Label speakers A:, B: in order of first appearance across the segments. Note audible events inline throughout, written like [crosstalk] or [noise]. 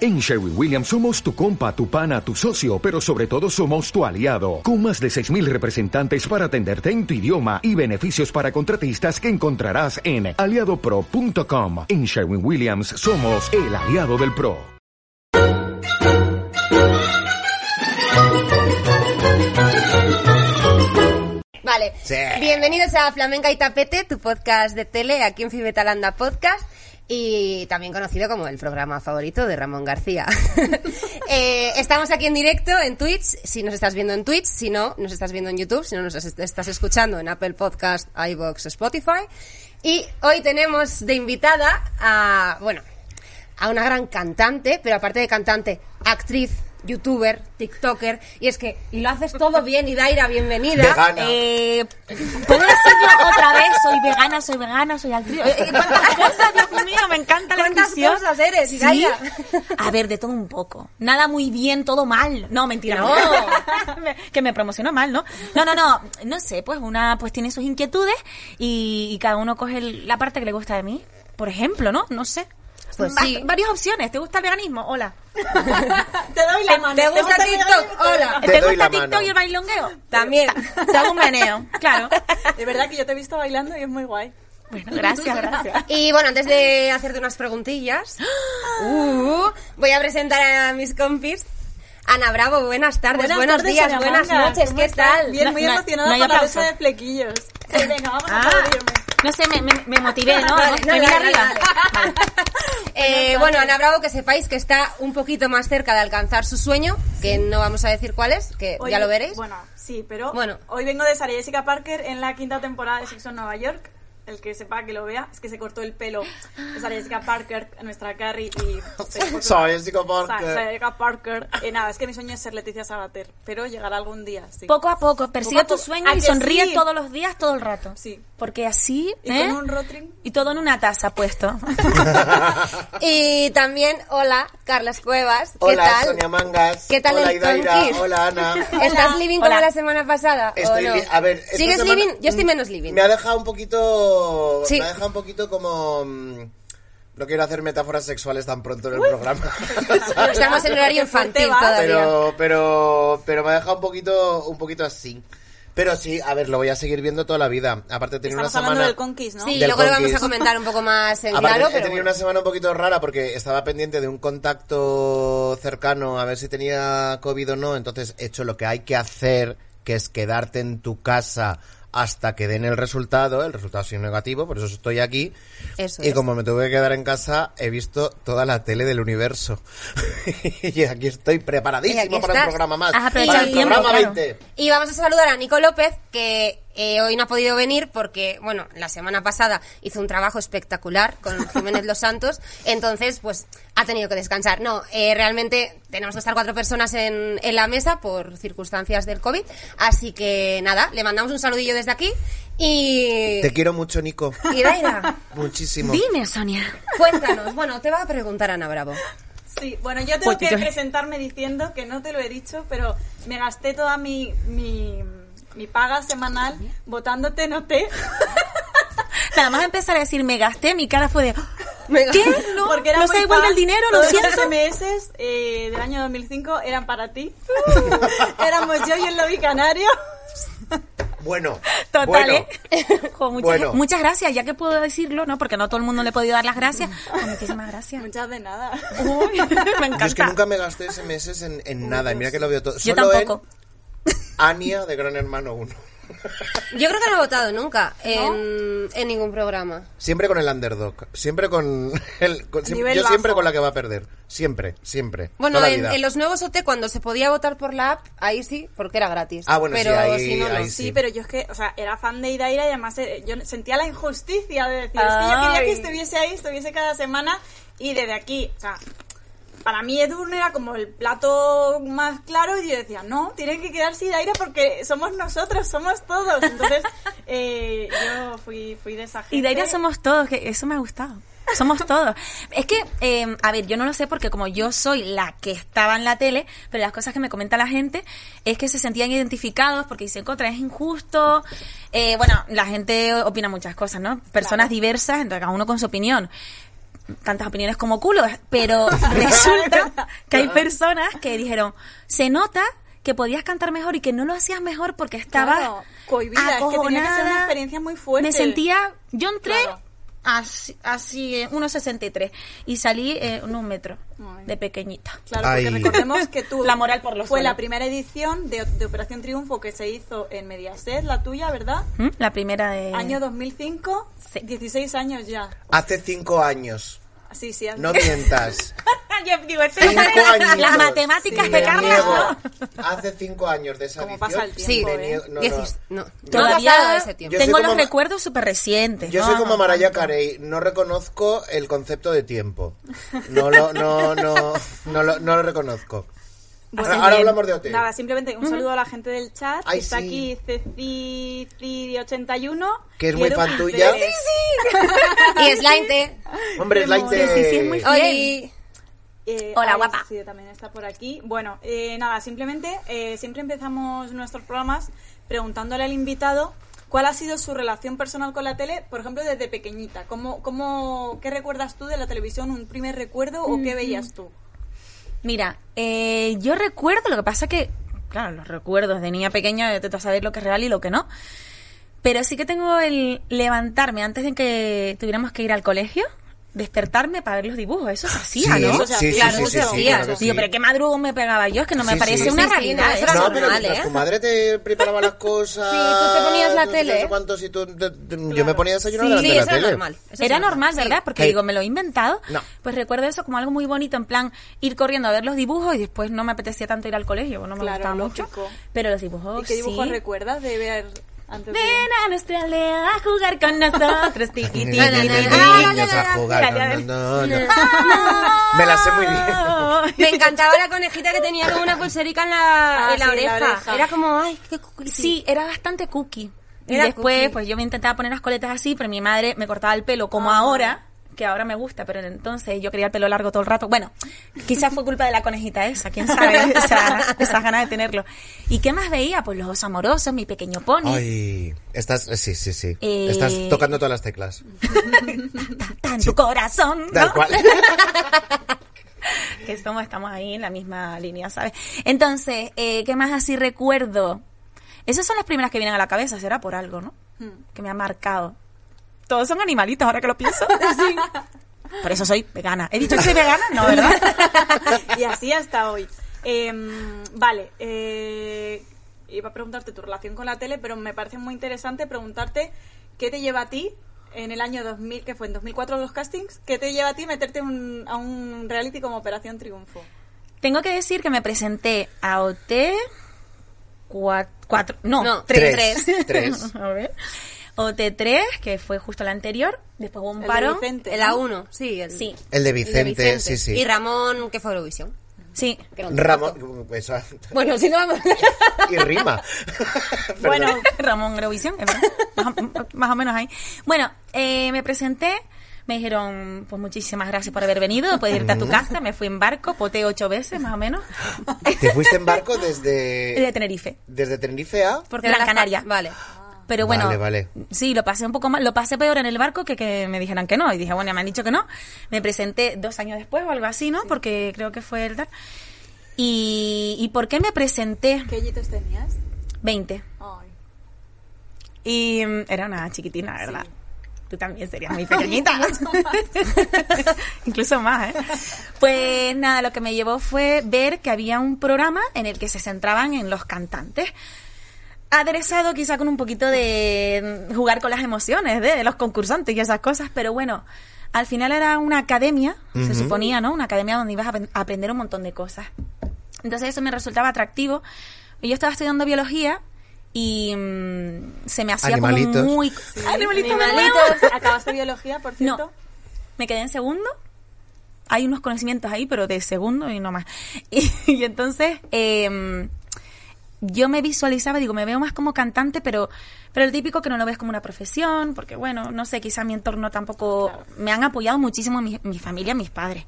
A: En Sherwin Williams somos tu compa, tu pana, tu socio, pero sobre todo somos tu aliado, con más de 6.000 representantes para atenderte en tu idioma y beneficios para contratistas que encontrarás en aliadopro.com. En Sherwin Williams somos el aliado del PRO.
B: Vale, bienvenidos a Flamenca y Tapete, tu podcast de tele aquí en Fibetalanda Podcast. Y también conocido como el programa favorito de Ramón García. Eh, estamos aquí en directo en Twitch, si nos estás viendo en Twitch, si no, nos estás viendo en YouTube, si no, nos est- estás escuchando en Apple Podcast, iVoox, Spotify. Y hoy tenemos de invitada a, bueno, a una gran cantante, pero aparte de cantante, actriz, youtuber, tiktoker, y es que y lo haces todo bien, y Daira, bienvenida.
C: Vegana.
D: Eh, ¿Puedo decirlo otra vez? Soy vegana, soy vegana, soy actriz. Eh, eh, [laughs] ¿Cuántas cosas, Dios mío? Me encanta la
B: ¿Cuántas
D: inclusión.
B: cosas eres,
D: Sí.
B: Hidaya?
D: A ver, de todo un poco. Nada muy bien, todo mal. No, mentira.
B: No.
D: [laughs] Me- que me promociono mal, ¿no? No, no, no. No sé, pues una pues tiene sus inquietudes y, y cada uno coge el- la parte que le gusta de mí. Por ejemplo, ¿no? No sé.
B: Pues
D: Va-
B: sí.
D: Varias opciones. ¿Te gusta el veganismo? Hola. ¿Te
B: doy la mano. ¿Te gusta
D: el
B: TikTok?
D: veganismo?
B: Hola.
C: Te
D: ¿Te,
C: doy la
D: gusta
C: mano.
D: TikTok y el bailongueo?
B: También.
D: Te hago un meneo,
B: [laughs]
D: claro.
E: De verdad que yo te he visto bailando y es muy guay.
D: Bueno,
E: [laughs]
D: gracias, gracias.
B: Y bueno, antes de hacerte unas
E: [gasps]
B: preguntillas, uh, voy a presentar a mis compis. Ana Bravo, buenas tardes,
E: Buenas
B: buenos
E: tardes,
B: días,
E: Ana
B: buenas
E: Manga.
B: noches,
E: ¿Cómo
B: ¿qué
E: estás?
B: tal?
E: Bien,
D: No-
E: muy
D: no-
E: emocionada
D: no hay
E: por la
D: aplauso.
E: mesa de flequillos. Sí, venga, vamos a
D: Ah,
E: aplaudirme.
D: no sé, me, me- me motivé, ¿no?
B: Vale, no,
D: Venir
B: vale,
D: arriba.
B: vale, vale. Eh, bueno, Ana Bravo, que sepáis que está un poquito más cerca de alcanzar su sueño, que no vamos a decir cuál es, que
E: Hoy-
B: ya lo veréis.
E: Bueno, sí, pero
B: Bueno.
E: hoy vengo de Sara Jessica Parker en la quinta temporada de Sexo en Nueva York. El que sepa que lo vea, es que se cortó el pelo de Sara Jessica Parker, nuestra Carrie y...
C: Sara Jessica Parker. [laughs]
E: Sa- Sara Jessica Parker. Eh, nada, es que mi sueño es ser Leticia Sabater, pero llegará algún día, sí.
D: Poco a poco, persigue
E: Poco a
D: tus
E: poco.
D: sueños
E: ¿A
D: y
E: que
D: sonríe
E: sí?
D: todos los días, todo el rato.
E: Sí.
D: Porque así,
E: Y
D: ¿eh?
E: con un rotring.
D: Y todo en una taza puesto.
B: Y también, hola, Carlas Cuevas, ¿qué
C: Hola,
B: tal?
C: Sonia Mangas.
B: ¿Qué tal
C: Hola,
B: el
C: Idaira.
B: Tonkis? [laughs]
C: Hola, Ana.
B: ¿Estás living como
D: Hola.
B: la semana pasada? o
C: Estoy
B: no?
C: li- a ver, esta
B: ¿Sigues
C: semana- mm,
B: living? Yo estoy menos living.
C: Me ha dejado un poquito.
B: Sí.
C: Me ha dejado un poquito como. mm, No quiero hacer metáforas sexuales tan pronto en el programa.
B: [laughs]
C: [laughs]
B: Pero Estamos en horario infantil
E: [laughs] Te vas.
B: todavía.
C: pero, pero, pero me ha dejado un poquito, un poquito así. Pero sí, a ver, lo voy a seguir viendo toda la vida. Aparte tenía una
E: Estamos
C: semana.
E: hablando del Conquist, ¿no?
B: Sí,
C: Del
B: luego lo vamos a
C: Conquist.
B: comentar un poco más en
C: [laughs] Aparte,
B: claro,
C: he
B: pero
C: tenido
B: bueno.
C: una semana un poquito rara porque estaba pendiente de un contacto cercano a ver si tenía COVID o no, entonces he hecho lo que hay que hacer, que es quedarte en tu casa hasta que den el resultado, el resultado ha sido negativo, por eso estoy aquí.
B: Eso
C: y
B: es.
C: como me tuve que quedar en casa, he visto toda la tele del universo. [laughs] y aquí estoy preparadísimo
B: Y aquí
C: para
B: estás.
C: un programa más.
D: Has aprovechado
C: para el
D: el tiempo,
C: programa
D: claro.
C: 20.
B: Y vamos a saludar a Nico López, que eh, hoy no ha podido venir porque, bueno, la semana pasada hizo un trabajo espectacular
C: [laughs]
B: con Jiménez Los Santos, entonces, pues, ha tenido que descansar. No, eh, realmente tenemos que estar cuatro personas en, en la mesa por circunstancias del COVID, así que, nada, le mandamos un saludillo desde aquí y...
C: Te quiero
B: [laughs]
C: mucho, Nico.
B: Y Daira,
C: Muchísimo.
D: Dime, Sonia.
B: cuéntanos, bueno, te va a preguntar Ana Bravo.
E: Sí, bueno, yo tengo que
D: Poquito.
E: presentarme diciendo que no te lo he dicho, pero me gasté toda mi, mi, mi paga semanal votándote no te,
D: Nada más empezar a decir, me gasté, mi cara fue de... "Ah,
E: [laughs]
B: Me-
D: ¿Qué? [laughs] No,
E: porque era
D: no
E: muy
D: se devuelve
E: fan.
D: el dinero, lo
E: Todos [laughs] los
D: siento.
E: SMS eh, del año 2005 eran para
D: [laughs]
E: ti. Éramos yo y el lobby canario.
C: Bueno.
D: Total,
C: bueno.
E: [laughs]
D: ¿eh? Jo, muchas,
C: Bueno.
D: muchas gracias, ya que puedo decirlo, ¿no? Porque no a todo el mundo le he podido dar las gracias. Jo, muchísimas gracias.
E: Muchas de nada. [laughs]
D: Uy, me encanta.
C: Mm. Yo es que nunca me gasté SMS en, en nada, y mira que lo veo todo.
D: Yo
C: Solo en
D: tampoco.
C: Ania de Gran Hermano 1.
B: Yo creo que no he votado nunca en, en ningún programa.
C: Siempre con el underdog, siempre con el con- siempre-
E: Nivel
C: yo siempre
E: bajo.
C: con la que va a perder, siempre, siempre.
B: Bueno,
C: toda la
B: en,
C: vida.
B: en los nuevos OT, cuando se podía votar por la app, ahí sí, porque era gratis.
C: Ah, bueno, sí,
B: pero
C: ahí-
B: si no, no.
C: ahí
E: Sí,
C: Sí.
E: pero yo es que, o sea, era fan de Ida Ira y además eh, yo sentía la injusticia de decir, es que yo quería
D: Ay.
E: que estuviese ahí, estuviese cada semana y desde aquí, o sea, para mí Edurne era como el plato más claro y yo decía, no, tiene que quedarse Ida Ira porque somos nosotros, somos todos.
D: [laughs]
E: Entonces, eh, yo fui, fui de esa gente.
D: Y de aire somos todos, que eso me ha gustado. Somos todos. Es que, eh, a ver, yo no lo sé porque como yo soy la que estaba en la tele, pero las cosas que me comenta la gente es que se sentían identificados porque dicen, contra, es injusto. Eh, bueno, la gente opina muchas cosas, ¿no? Personas diversas, entonces cada uno con su opinión. Tantas opiniones como culos, pero [laughs] resulta que hay personas que dijeron, se nota que podías cantar mejor y que no lo hacías mejor porque estabas
E: Claro, cohibida, es que tenía que ser una
D: acojonada.
E: experiencia muy fuerte.
D: Me sentía, yo entré
E: Claro.
D: así, así eh, 1,63 y salí eh, en un metro
E: Ay.
D: de pequeñita.
E: Claro, porque
C: Ay.
E: recordemos
D: [laughs]
E: que tú
D: La moral por los
E: fue la
D: suelos.
E: primera edición de, de Operación Triunfo que se hizo en Mediaset, la tuya, ¿verdad?
D: ¿Mm? La primera de...
E: Año 2005,
D: Sí.
E: 16 años ya.
C: Hace cinco años.
E: Sí, sí.
D: [laughs]
E: [laughs]
C: No mientas.
D: Yo digo, este
C: Cinco
D: hombre-
C: años.
D: Las matemáticas
E: Sí,
D: de
C: Te
E: Carla,
C: niego.
D: Carlos.
C: Hace cinco años de esa
E: Como
C: edición.
E: pasa el
B: Sí,
E: tiempo,
C: Te
E: ¿eh?
C: niego- no, no.
B: Diecis- no.
D: Todavía
B: No ha pasado ese tiempo.
C: Yo soy
D: ¿eh? tengo
C: como
D: los
C: Ma-
D: recuerdos súper recientes.
C: Yo
D: No,
C: soy como
D: no,
C: Maraya
D: tanto.
C: Carey, no reconozco el concepto de tiempo. No lo, no, no, no lo, no lo reconozco.
D: Bueno,
C: ahora, ahora
D: bien.
C: hablamos de OT.
E: Nada, simplemente un saludo a la gente del chat. que
C: Ay,
E: está
C: sí.
E: aquí Ceci Ciri 81.
C: Que es muy fan tuya. Sí,
B: Y Slime te-
C: Hombre, es like de...
D: Sí, sí, sí, es muy
B: Oli.
D: Bien.
E: Eh,
D: Hola,
E: ay,
D: guapa.
E: sí, también está por aquí. Bueno, eh, nada, simplemente eh, siempre empezamos nuestros programas preguntándole al invitado cuál ha sido su relación personal con la tele, por ejemplo, desde pequeñita. ¿Cómo, cómo, ¿Qué recuerdas tú de la televisión? ¿Un primer recuerdo o qué veías tú?
D: Mira, eh, yo recuerdo, lo que pasa que, claro, los recuerdos de niña pequeña, yo trato de saber lo que es real y lo que no. Pero sí que tengo el levantarme antes de que tuviéramos que ir al colegio, despertarme para ver los dibujos. Eso se hacía, ¿no?
E: eso se hacía,
D: claro,
E: sí,
D: eso
E: sí,
D: se
E: sí,
D: hacía.
C: claro que
D: Digo,
C: sí.
D: pero qué madrugón me pegaba yo, es que no me
C: Sí,
D: parece
C: sí.
D: una
B: Sí, sí,
D: realidad.
B: no, eso
D: ¿eh?
B: era
C: No, pero
B: normal,
C: mientras
B: ¿eh?
C: tu madre te preparaba las cosas.
B: Sí, tú te ponías la
C: no sé qué,
B: tele.
C: no sé cuántos, y tú- te- te- Yo me ponía a desayunar
B: Sí,
C: delante
B: sí,
C: de la
B: eso era
C: tele.
B: normal. Eso
D: Era
B: sí, no.
D: normal, ¿verdad? Porque
C: Sí.
D: digo, me lo he inventado.
C: No.
D: Pues recuerdo eso como algo muy bonito, en plan ir corriendo a ver los dibujos y después no me apetecía tanto ir al colegio, no me
E: Claro,
D: gustaba
E: lógico.
D: mucho. Pero los
E: ¿Y
D: dibujos
E: qué dibujos
D: Oh, sí.
E: recuerdas de ver antes de...
D: Ven a nuestra aldea a jugar
C: [laughs]
D: con nosotros,
C: Ni-
D: tiqui,
C: ni-
D: tiqui,
C: ni- ni-
D: tiqui.
C: niños a jugar, no, no, no, no. Me la sé muy
D: [laughs]
B: Me
C: bien.
B: encantaba la conejita que tenía como una pulserica en la,
E: Ah,
B: en la
E: sí, en la
B: oreja.
E: oreja.
B: Era como, ay, qué cuqui.
D: Sí, era bastante cookie.
B: Era
D: y después,
B: cookie.
D: pues yo me intentaba poner las coletas así, pero mi madre me cortaba el pelo como ahora, que ahora me gusta, pero entonces yo quería el pelo largo todo el rato. Bueno, quizás fue culpa de la conejita esa,
B: [laughs]
D: quién sabe, esa- esas ganas de tenerlo. ¿Y qué más veía? Pues los osos amorosos, mi pequeño pony.
C: Ay, estás, sí, sí, sí.
D: Eh,
C: Estás tocando todas las teclas.
D: Está en tu corazón.
C: Tal
D: ¿no?
C: cual.
D: que somos, estamos ahí en la misma línea, ¿sabes? Entonces, eh, ¿qué más así recuerdo? Esas son las primeras que vienen a la cabeza, será por algo, ¿no? Que me ha marcado. Todos son animalitos, ahora que lo pienso. [laughs] Por eso soy vegana. ¿He dicho que soy vegana? No, ¿verdad?
E: [laughs] y así hasta hoy. Em, vale, eh, iba a preguntarte tu relación con la tele, pero me parece muy interesante preguntarte qué te lleva a ti en el año 2000, que fue en 2004 los castings, qué te lleva a ti meterte un- a un reality como Operación Triunfo.
D: Tengo que decir que me presenté a OT cua- cuatro, no,
B: No,
D: tres.
C: Tres. Tres.
D: [laughs] A ver. OT3, que fue justo la anterior. Después hubo un
E: El de
D: paro.
E: Vicente,
B: El
E: ¿no?
B: A1, sí. El,
D: Sí,
C: El de
B: el de
C: Vicente,
B: Vicente.
C: sí, sí.
B: Y Ramón, que fue Eurovisión.
D: sí.
B: que era un
C: Ramón, eso,
B: Bueno, si no vamos
C: y rima.
D: Bueno,
C: Perdón.
D: [laughs] Ramón Eurovisión, es verdad. Más, o- más o menos ahí. Bueno, eh, me presenté, me dijeron, pues muchísimas gracias por haber venido, puedes irte a tu casa, me fui en barco, poté ocho veces más o menos,
C: Te fuiste en barco
D: de
C: desde,
D: Tenerife,
C: desde Tenerife a...
D: porque era la Canaria.
B: Vale.
D: Pero bueno,
C: Vale, vale.
D: sí, lo pasé un poco más, lo pasé peor en el barco que que me dijeran que no. Y dije, bueno, ya me han dicho que no. Me presenté dos años después o algo así, ¿no? Porque creo que fue el tal. Y, ¿Y por qué me presenté?
E: ¿Qué hoyitos tenías?
D: 20.
E: Ay.
D: Y mm, era una chiquitina, la ¿verdad? Tú también serías muy pequeñita. [laughs] Incluso más, ¿eh? Pues nada, lo que me llevó fue ver que había un programa en el que se centraban en los cantantes. Aderezado quizá con un poquito de mm, jugar con las emociones de los concursantes y esas cosas, pero bueno, al final era una academia, se suponía, ¿no? Una academia donde ibas a apren- a aprender un montón de cosas. Entonces eso me resultaba atractivo. Yo estaba estudiando biología y mm, se me hacía como
C: Animalitos.
D: muy...
E: Ah,
D: Animalitos de nuevo.
E: Animalitos. ¿Acabaste biología, por cierto?
D: No, me quedé en segundo. Hay unos conocimientos ahí, pero de segundo y no más. [laughs] Y, y entonces eh, yo me visualizaba, digo, me veo más como cantante, pero pero el típico que no lo ves como una profesión, porque bueno, no sé, quizá mi entorno tampoco... Me han apoyado muchísimo mi, mi familia, mis padres.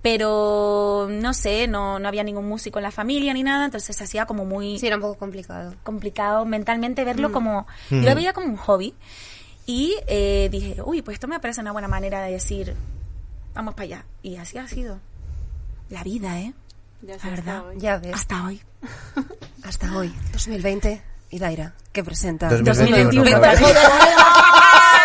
D: Pero no sé, no, no había ningún músico en la familia ni nada, entonces se hacía como muy
B: Sí, era un poco complicado.
D: complicado mentalmente verlo como yo lo veía como un hobby y eh, dije uy pues esto me parece una buena manera de decir vamos para allá y así ha sido la vida eh
E: Ya
D: La
E: sé,
D: verdad.
E: hasta hoy.
B: Ya ves.
D: Hasta hoy.
B: Hasta hoy, 2020, Idaira, que presenta.
D: 2021.
C: 2021, otra vez.
E: Ah,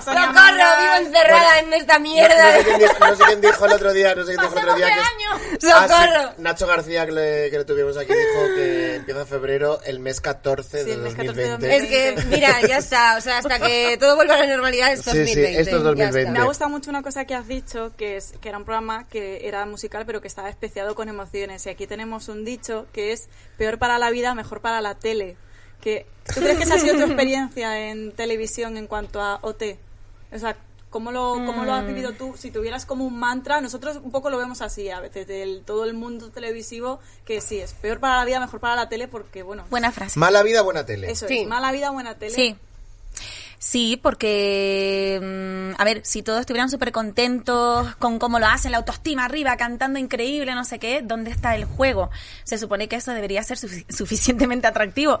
B: ¿eh?
E: Sonia
B: ¡Socorro!
E: Manda.
B: Vivo encerrada en esta mierda.
C: No, sé quién dijo, no sé quién dijo el otro día, no sé quién dijo el otro día que... Ah, sí,
B: ¡Socorro!
C: Nacho García, que le, que le tuvimos aquí, dijo que empieza febrero, el mes 14
E: Sí,
C: de
E: el mes 14 de
C: 2020.
B: Es que, mira, ya está. O sea, hasta que todo vuelva a la normalidad, es
C: Sí, sí,
B: 2020.
C: esto es
B: ya
C: 2020.
B: está.
E: Me ha gustado mucho una cosa que has dicho, que es que era un programa que era musical, pero que estaba especiado con emociones. Y aquí tenemos un dicho que es peor para la vida, mejor para la tele. Que, ¿Tú crees que esa ha sido tu experiencia en televisión en cuanto a OT? O sea, ¿cómo lo, cómo lo has vivido tú? Si tuvieras como un mantra, nosotros un poco lo vemos así a veces, del todo el mundo televisivo, que sí, es peor para la vida, mejor para la tele, porque bueno,
D: [laughs] Buena frase.
C: Mala vida, buena tele.
E: eso
B: Sí.
E: es, mala vida, buena tele.
D: Sí. Sí, porque, mm, a ver, si todos estuvieran súper contentos con cómo lo hacen, la autoestima arriba, cantando increíble, no sé qué, ¿dónde está el juego? Se supone que eso debería ser sufic- [laughs] suficientemente atractivo,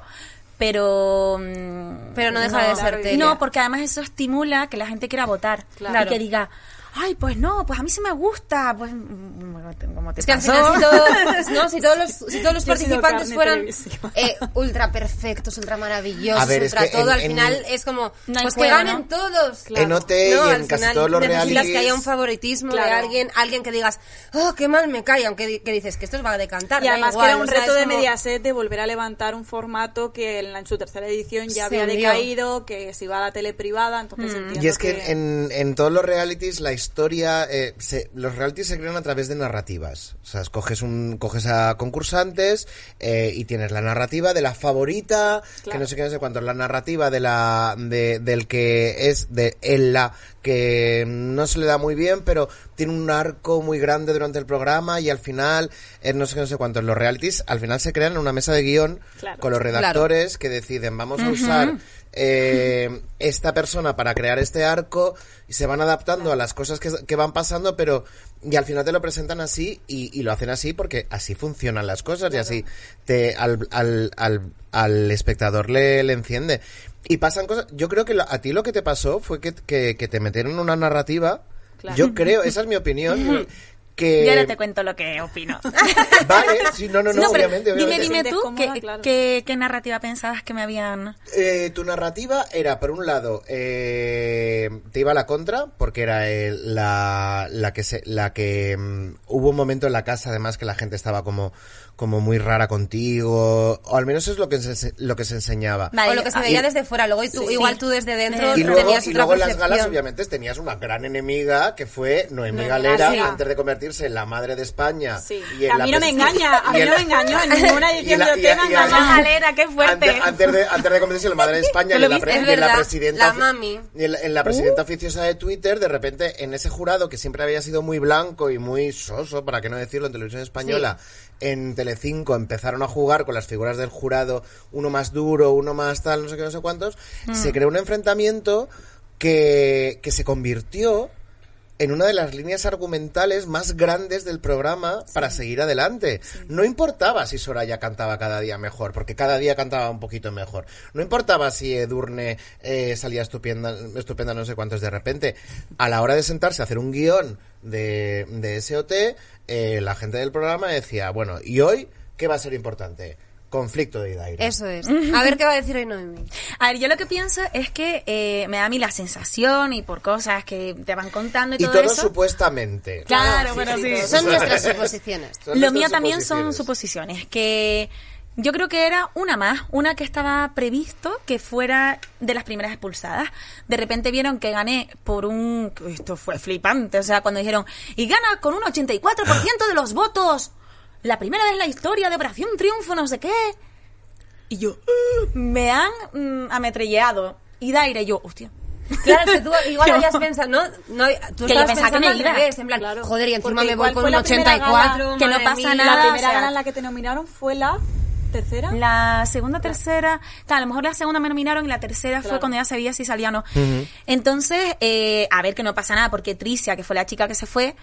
D: pero... mm,
B: Pero no deja de ser tele.
D: No, porque además eso estimula que la gente quiera votar y
E: Claro.
D: que diga... Ay, pues no, pues a mí sí me gusta, pues mm, bueno, te- como te
B: Es que al
D: pasó.
B: final, si, todo- no,
E: [laughs]
B: si todos los, si todos los
E: Yo he sido
B: participantes
E: carne
B: fueran
E: televisiva.
B: eh, ultra perfectos, ultra maravillosos,
C: A ver, es
B: ultra
C: que en-
B: todo, al
C: en-
B: final es como,
D: No hay
B: pues que
D: juego,
B: ganen
D: ¿no?
B: todos.
C: En OT y
B: No,
C: en
B: al
C: casi
B: final
C: todos los
B: necesitas
C: realities.
B: que haya un favoritismo de
E: Claro.
B: alguien, alguien que digas, oh, qué mal me cae, aunque di- que dices que esto va a [laughs] decantar.
E: Y
B: da
E: además
B: igual,
E: que era un
B: o sea,
E: reto
B: es
E: de
B: como-
E: Mediaset de volver a levantar un formato que en, la- en su tercera edición ya
B: Se
E: había
B: hundió. Mm.
E: decaído, que se iba a la tele privada, entonces entiendo
C: Y es que en, en todos los realities la historia, eh, se- los realities se crean a través de narrativas. O sea, escoges un, coges a concursantes eh, y tienes la narrativa de la favorita, que
E: Claro.
C: no sé qué, no sé cuánto, la narrativa de la, de- del que es de en la que no se le da muy bien, pero tiene un arco muy grande durante el programa y al final, eh, no sé qué, no sé cuántos, los realities al final se crean en una mesa de guión
E: Claro.
C: con los redactores que deciden vamos a usar eh, esta persona para crear este arco y se van adaptando a las cosas que, que van pasando pero y al final te lo presentan así y, y lo hacen así porque así funcionan las cosas y así te al, al, al, al espectador le, le enciende y pasan cosas yo creo que lo- a ti lo que te pasó fue que, que, que te metieron una narrativa
E: Claro.
C: yo creo esa es mi opinión que
D: [laughs] Y ahora te cuento lo que opino.
C: vale sí, no no no,
D: pero
C: obviamente,
D: dime,
C: obviamente.
D: dime
E: Te
D: tú,
E: sientes
D: ¿qué,
E: cómoda, claro.
D: qué- qué narrativa pensabas que me habían...?
C: Eh, tu narrativa era, por un lado, eh, te iba a la contra, porque era eh, la, la que, se- la que mm, hubo un momento en la casa, además, que la gente estaba como, como muy rara contigo, o al menos es lo que se, lo que se enseñaba.
D: Vale,
B: o lo que se
D: ah,
B: veía
C: y-
B: desde fuera, luego y tú-
D: sí.
B: igual tú
E: Eh.
B: desde dentro
C: Y luego,
B: tenías
C: y
B: otra
C: luego en las galas,
B: percepción.
C: obviamente, tenías una gran enemiga que fue Noemí
E: Noemí
C: Galera,
E: Galera.
C: antes de convertirse en la madre de España.
E: Sí.
C: Y en
E: a
C: la
E: mí no me
C: pres-
E: engaña,
C: [laughs]
E: a
C: y
E: mí
C: en
E: no me
C: la-
E: engañó en ninguna edición
C: la-
E: de
C: y la-
E: Otena.
C: y la-
E: engañó.
D: Galera, qué fuerte.
C: Antes, antes de, antes de convertirse en la madre de
B: ¿Tú
C: España
B: [laughs]
C: y
B: lo
C: en la,
B: viste?
C: pre-
B: Es
C: y en la
B: verdad,
C: presidenta,
B: la mami. Uh.
C: y en la, en la presidenta oficiosa de Twitter, de repente en ese jurado que siempre había sido muy blanco y muy soso, para qué no decirlo, en televisión española, en Telecinco empezaron a jugar con las figuras del jurado, uno más duro, uno más tal, no sé qué, no sé cuántos,
B: Mm.
C: se creó un enfrentamiento que, que se convirtió en una de las líneas argumentales más grandes del programa para seguir adelante. No importaba si Soraya cantaba cada día mejor, porque cada día cantaba un poquito mejor. No importaba si Edurne eh, salía estupenda, estupenda no sé cuántos de repente. A la hora de sentarse a hacer un guión de, de SOT, eh, la gente del programa decía, bueno, ¿y hoy qué va a ser importante? Conflicto de Idaira.
B: Eso es. A ver qué va a decir hoy Noemi.
D: A ver, yo lo que pienso es que eh, me da a mí la sensación y por cosas que te van contando y,
C: y
D: todo,
C: todo Ah,
D: eso.
C: supuestamente.
D: Claro, bueno, sí.
B: Son nuestras suposiciones.
C: Son nuestras
D: Lo mío también son
C: suposiciones.
D: suposiciones, que yo creo que era una más, una que estaba previsto que fuera de las primeras expulsadas. De repente vieron que gané por un... Esto fue flipante, o sea, cuando dijeron, y gana con un 84% de los votos. La primera vez en la historia de Operación Triunfo, no sé qué. Y yo, "Ah", me han mm, ametrellado. Y Daire, yo, hostia.
B: Claro, es [laughs] que tú igual habías pensado, ¿no? no tú
D: Que yo
B: estabas
D: pensaba que
B: pensando
D: me
B: al
D: iba.
B: revés, en plan,
E: Claro.
B: joder, y encima
E: Porque
B: me voy
E: igual
B: con
E: fue
B: un
E: la primera
B: 84,
E: gala,
D: que no
B: madre
D: pasa
B: mía.
D: nada,
E: La
D: o
E: primera
D: sea-
E: gala en la que te nominaron fue la tercera.
D: La segunda, tercera, tal, a lo mejor la segunda me nominaron y la tercera fue cuando ya sabía si salía o no. Entonces, eh, a ver que no pasa nada, porque Tricia, que fue la chica que se fue,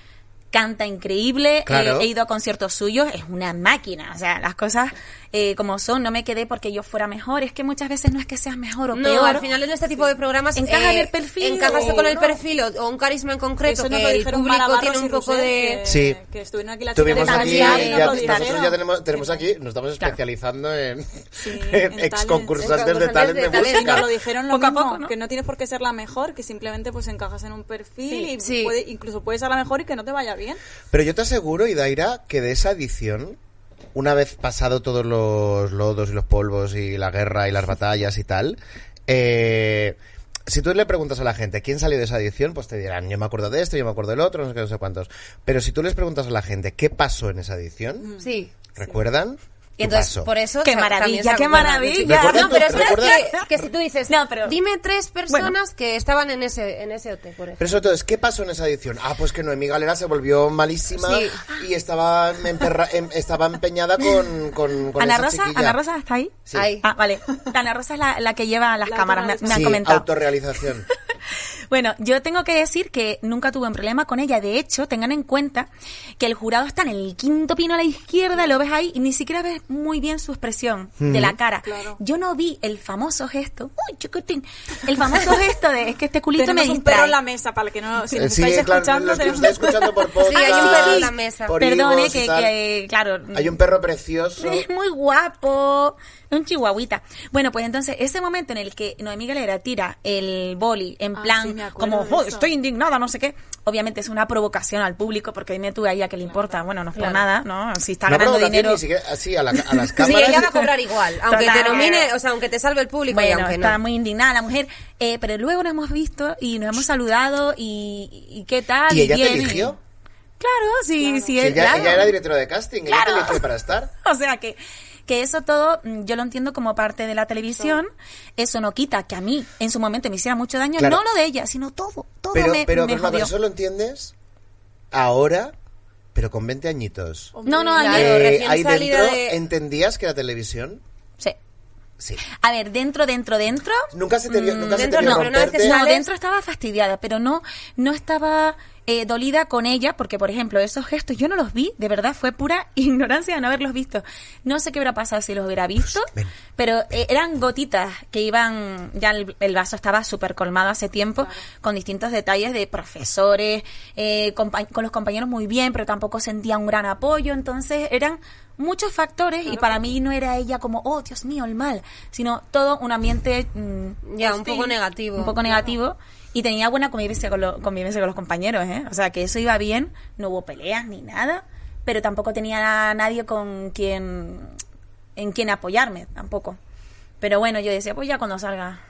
D: canta increíble,
C: Claro.
D: eh, he ido a conciertos suyos, es una máquina, o sea, las cosas eh, como son, no me quedé porque yo fuera mejor, es que muchas veces no es que seas mejor o
B: No,
D: peor.
B: al final en este tipo de programas eh,
D: Encaja en el perfil
B: encajas
D: o
B: con el
D: no.
B: perfil o, o un carisma en concreto
E: Eso
B: que
E: nos lo
B: el
E: dijeron Mara
B: público
E: Barros
B: tiene un
E: y
B: poco
E: Rousseff,
B: de
E: que-
C: Sí.
E: Que estuvieron aquí la chica
C: Tuvimos
D: de
C: aquí,
D: Tanzania,
C: ya-
D: no lo
C: nosotros
D: dijeron.
C: ya tenemos, tenemos aquí, nos estamos especializando en, [laughs]
E: en
C: en ex concursantes de
E: talent.
B: En concursantes
C: talent de
B: de
D: [laughs]
B: talent.
E: Y nos
C: música.
E: lo dijeron lo
D: Poco a
E: mismo,
D: poco, ¿no?
E: que no tienes por qué ser la mejor, que simplemente pues encajas en un perfil
B: Sí,
E: y
B: sí.
E: puede- incluso puedes ser la mejor y que no te vaya bien.
C: Pero yo te aseguro, Idaira, que de esa edición, una vez pasado todos los lodos y los polvos y la guerra y las batallas y tal, eh, si tú le preguntas a la gente quién salió de esa edición, pues te dirán, yo me acuerdo de esto, yo me acuerdo del otro, no sé qué, no sé cuántos. Pero si tú les preguntas a la gente qué pasó en esa edición,
B: sí
C: ¿recuerdan?
B: y
C: ¿Qué
B: entonces
C: pasó?
B: por eso
D: Qué
B: o sea,
D: maravilla,
B: también se
D: qué
B: acuerdan.
D: maravilla.
C: Recuerda
B: no
C: tú,
B: pero es
C: recuerda-
B: verdad que, que si tú dices
D: No, pero-
B: dime tres personas
D: Bueno.
B: que estaban en ese en ese hotel por ejemplo
C: Pero sobre todo, es, ¿qué pasó en esa edición? Ah, pues que Noemí Galera se volvió malísima
B: Sí.
C: y estaba, emperra- em- estaba empeñada con, con, con
D: Ana
C: esa
D: Rosa,
C: chiquilla.
D: Ana Rosa está ahí.
C: Sí.
B: Ahí.
D: Ah, vale. Ana Rosa es la, la que lleva las
E: La
D: cámaras, me,
E: autorrealización.
D: me han
C: sí,
D: comentado. [laughs]
C: autorrealización.
D: Bueno, yo tengo que decir que nunca tuve un problema con ella. De hecho, tengan en cuenta que el jurado está en el quinto pino a la izquierda, lo ves ahí y ni siquiera ves muy bien su expresión de la cara.
E: Claro.
D: Yo no vi el famoso gesto, uy, chiquitín, el famoso gesto de es que este culito
E: Tenemos
D: me
E: un perro
D: distrae.
E: en la mesa para el que no, si
C: Eh,
E: nos
C: sí,
E: estáis
C: claro,
E: escuchando,
C: los que
E: tenemos
C: estáis escuchando
D: [laughs]
C: por podcast,
B: Sí, hay un perro en la mesa.
C: por
D: Perdone
C: higos y
D: eh, que-
C: tal.
D: que, claro.
C: Hay un perro
D: [laughs]
C: precioso.
D: Es muy guapo. Un chihuahuita. Bueno, pues entonces, ese momento en el que Noemí Galera tira el boli en
E: Ah,
D: plan,
E: sí, me acuerdo
D: como,
E: de
D: "Jo,
E: eso".
D: estoy indignada, no sé qué. Obviamente es una provocación al público, porque dime tú ahí a qué le importa. Bueno, no es por nada, ¿no? Si está
C: No
D: ganando
C: provocación
D: dinero.
C: ni siquiera así a, la- a las
B: sí
C: cámaras.
B: ella va a cobrar igual aunque
D: Total.
B: te nomine o sea aunque te salve el público y
D: Bueno,
B: aunque
D: está
B: no
D: muy indignada la mujer. Eh, pero luego nos hemos visto y nos hemos saludado y, y qué tal.
C: ¿Y ella te
D: bien, y-
C: eligió?
D: Claro, sí, sí.
C: Si
D: es-
C: ella,
D: claro.
C: ella era directora de casting, ella te
D: Claro.
C: eligió para estar.
D: [laughs] O sea que, que eso todo mm, yo lo entiendo como parte de la televisión. Eso no quita que a mí en su momento me hiciera mucho daño,
C: Claro.
D: no lo de ella, sino todo. Todo
C: Pero,
D: me,
C: pero, pero, no,
D: me
C: pero
D: jodió.
C: eso lo entiendes ahora, pero con 20 añitos.
D: No, no,
B: Claro,
D: a mí-
C: Eh,
B: Ah, recién
C: ahí
B: salida
C: dentro,
B: de-
C: ¿entendías que era televisión?
D: sí.
C: Sí.
D: A ver, dentro, dentro, dentro.
C: Nunca se te vio, nunca se te
B: dentro
C: vio
B: no, pero una vez que
C: romperte.
D: No,
B: ¿Sales?
D: dentro estaba fastidiada, pero no, no estaba eh, dolida con ella, porque, por ejemplo, esos gestos yo no los vi, de verdad, fue pura [laughs] ignorancia de no haberlos visto. No sé qué hubiera pasado si los hubiera visto,
C: ven.
D: pero eh, eran gotitas que iban, ya el, el vaso estaba súper colmado hace tiempo, con distintos detalles de profesores, eh, compa- con los compañeros muy bien, pero tampoco sentía un gran apoyo, entonces eran muchos factores y para mí no era ella como, oh, Dios mío, el mal, sino todo un ambiente... mm,
B: ya un poco negativo
D: un poco negativo y tenía buena convivencia con, lo- convivencia con los compañeros, ¿eh? O sea, que eso iba bien, no hubo peleas ni nada, pero tampoco tenía a nadie con quien en quien apoyarme, tampoco. Pero bueno, yo decía, pues ya cuando salga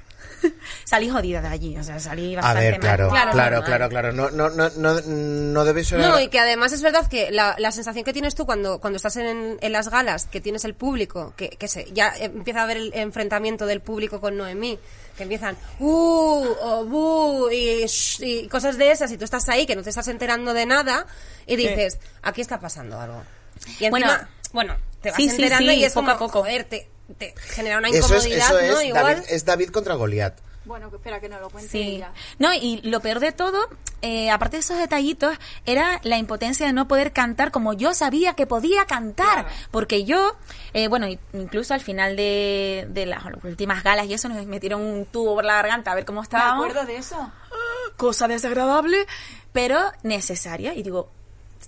D: [laughs] salí jodida de allí, o sea, salí
C: A
D: bastante
C: ver,
D: mal.
C: claro,
B: Claro,
C: claro, claro,
B: normal.
C: claro, No, no, no, no, no debes ser-
B: No, y que además es verdad que la, la sensación que tienes tú cuando, cuando estás en, en las galas, que tienes el público, que, que se, ya empieza a haber el enfrentamiento del público con Noemí, que empiezan ¡uh! o "bu", y, "sh", y cosas de esas, y tú estás ahí, que no te estás enterando de nada, y dices, aquí está pasando algo. Y encima, bueno,
D: Bueno,
B: te vas
D: sí, sí,
B: enterando
D: sí,
B: y es
D: poco
B: como,
D: a poco.
B: joder, te, te genera una
C: Eso es,
B: incomodidad,
C: eso es,
B: ¿no?
C: David,
B: Igual.
C: es David contra Goliat.
E: Bueno, que espera que no lo cuente
D: Sí.
E: ella.
D: No, y lo peor de todo, eh, aparte de esos detallitos, era la impotencia de no poder cantar como yo sabía que podía cantar. Porque yo, eh, bueno, i- incluso al final de, de las últimas galas y eso, nos metieron un tubo por la garganta a ver cómo
E: ¿Te
D: estábamos.
E: acuerdas de eso?
D: Cosa desagradable, pero necesaria. Y digo,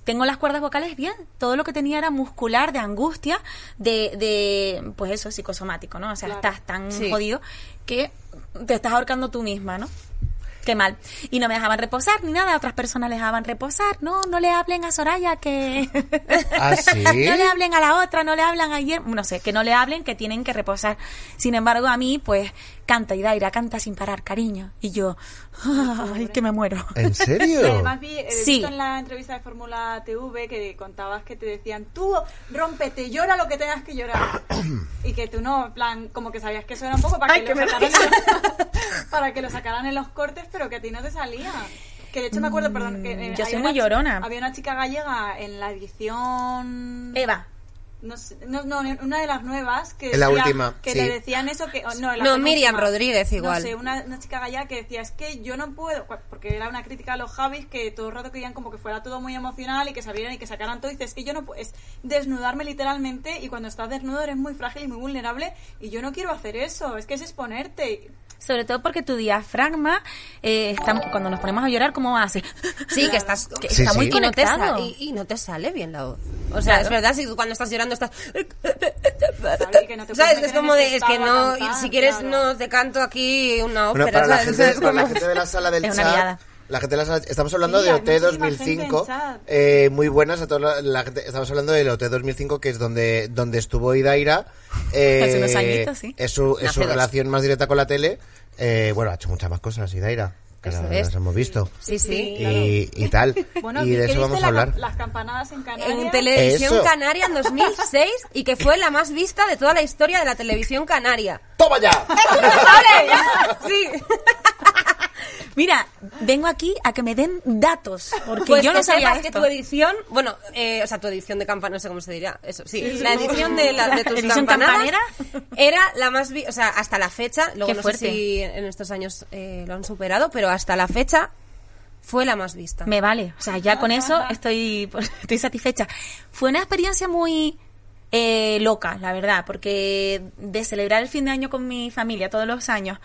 D: tengo las cuerdas vocales bien. Todo lo que tenía era muscular, de angustia, de, de pues eso, psicosomático, ¿no? O sea,
E: Claro.
D: estás tan
B: Sí.
D: jodido que te estás ahorcando tú misma, ¿no? Qué mal. Y no me dejaban reposar ni nada. Otras personas les dejaban reposar. No, no le hablen a Soraya que...
B: [laughs]
C: ¿Ah, sí?
D: [laughs] no le hablen a la otra, no le hablan ayer. No sé, que no le hablen, que tienen que reposar. Sin embargo, a mí, pues, canta Idaira, canta sin parar, cariño. Y yo, [laughs] ay, que me muero.
B: [laughs]
C: ¿En
E: Y
C: serio?
E: además vi, eh, he
D: Sí.
E: visto en la entrevista de Fórmula TV que contabas que te decían, tú rómpete, llora lo que tengas que llorar. y que tú no, en plan, como que sabías que eso era un poco para,
D: Ay, que
E: que, lo
D: me
E: sacaran en, [laughs] para que lo sacaran en los cortes, pero que a ti no te salía. Que de hecho me acuerdo, perdón, que eh,
D: Mm, yo
E: hay
D: soy
E: una
D: muy
E: chi-
D: llorona.
E: Había una chica gallega en la edición...
D: Eva.
E: No, sé, no, no, una de las nuevas que
C: En la
E: decía-
C: última,
E: que
C: sí.
E: le decían eso que oh, no, en la
B: No,
E: penúltima.
B: Miriam Rodríguez igual.
E: no sé, una, una chica gallada que decía es que yo no puedo cua- porque era una crítica a los Javis que todo el rato querían como que fuera todo muy emocional y que salieran y que sacaran todo y dice es que yo no puedo es desnudarme literalmente y cuando estás desnudo eres muy frágil y muy vulnerable y yo no quiero hacer eso es que es exponerte
D: Sobre todo porque tu diafragma, eh, está- cuando nos ponemos a llorar,
B: [laughs]
D: ¿cómo hace?
B: Sí, que estás, que
C: Sí,
B: está
C: sí.
B: muy
C: Y
D: no te sa-
B: conectado. Y, y no te sale bien la voz. O sea,
D: Claro.
B: es verdad, si tú cuando estás llorando estás... eh,
E: y que no te puedes
B: ¿Sabes?
E: meter
B: Es como
E: en
B: de,
E: ese
B: es que
E: estado a
B: no,
E: cantar,
B: si quieres
E: claro.
B: no te canto aquí una ópera,
C: Bueno, para la,
B: ¿sabes?
C: gente,
B: Es
C: para la
B: como-
C: gente de la sala del
D: Es una
C: chat.
D: liada.
C: La gente de la sala, estamos hablando
E: Sí,
C: de
E: hay
C: OT
E: muchísima gente en
C: 2005.
E: chat.
C: eh, muy buenas a toda la, la gente. Estamos hablando del OT 2005, que es donde, donde estuvo Idaira. eh,
D: Hace unos añitos, sí.
C: Es su, es
B: Hace
C: su
B: dos.
C: relación más directa con la tele. Eh, bueno, ha hecho muchas más cosas, Idaira. Que
B: Eso
C: la-
B: es.
C: las hemos visto.
B: Sí, sí.
E: claro.
C: Y, y tal.
E: bueno
C: y
E: ¿qué-
C: de
E: qué
C: eso
E: viste
C: vamos
E: la-
C: a hablar.
E: las campanadas en Canarias
B: En Televisión
C: Eso.
B: Canaria en 2006 y que fue la más vista de toda la historia de la televisión
E: [laughs]
B: canaria.
C: ¡Toma ya!
B: Sí.
D: [laughs] Mira, vengo aquí a que me den datos, porque
B: Pues
D: yo no
B: que
D: sabía
B: sepas que
D: esto.
B: tu edición, bueno, eh, o sea, tu edición de campana, no sé cómo se dirá, eso, sí, la edición de, la,
D: [laughs]
B: de tus
D: ¿Edición
B: campanadas
D: campanera?
B: era la más, vi- o sea, hasta la fecha, luego
D: Qué
B: no
D: fuerte.
B: sé si en estos años eh, lo han superado, pero hasta la fecha fue la más vista.
D: Me vale, o sea, ya con eso estoy, [laughs] pues, estoy satisfecha. Fue una experiencia muy eh, loca, la verdad, porque de celebrar el fin de año con mi familia todos los años,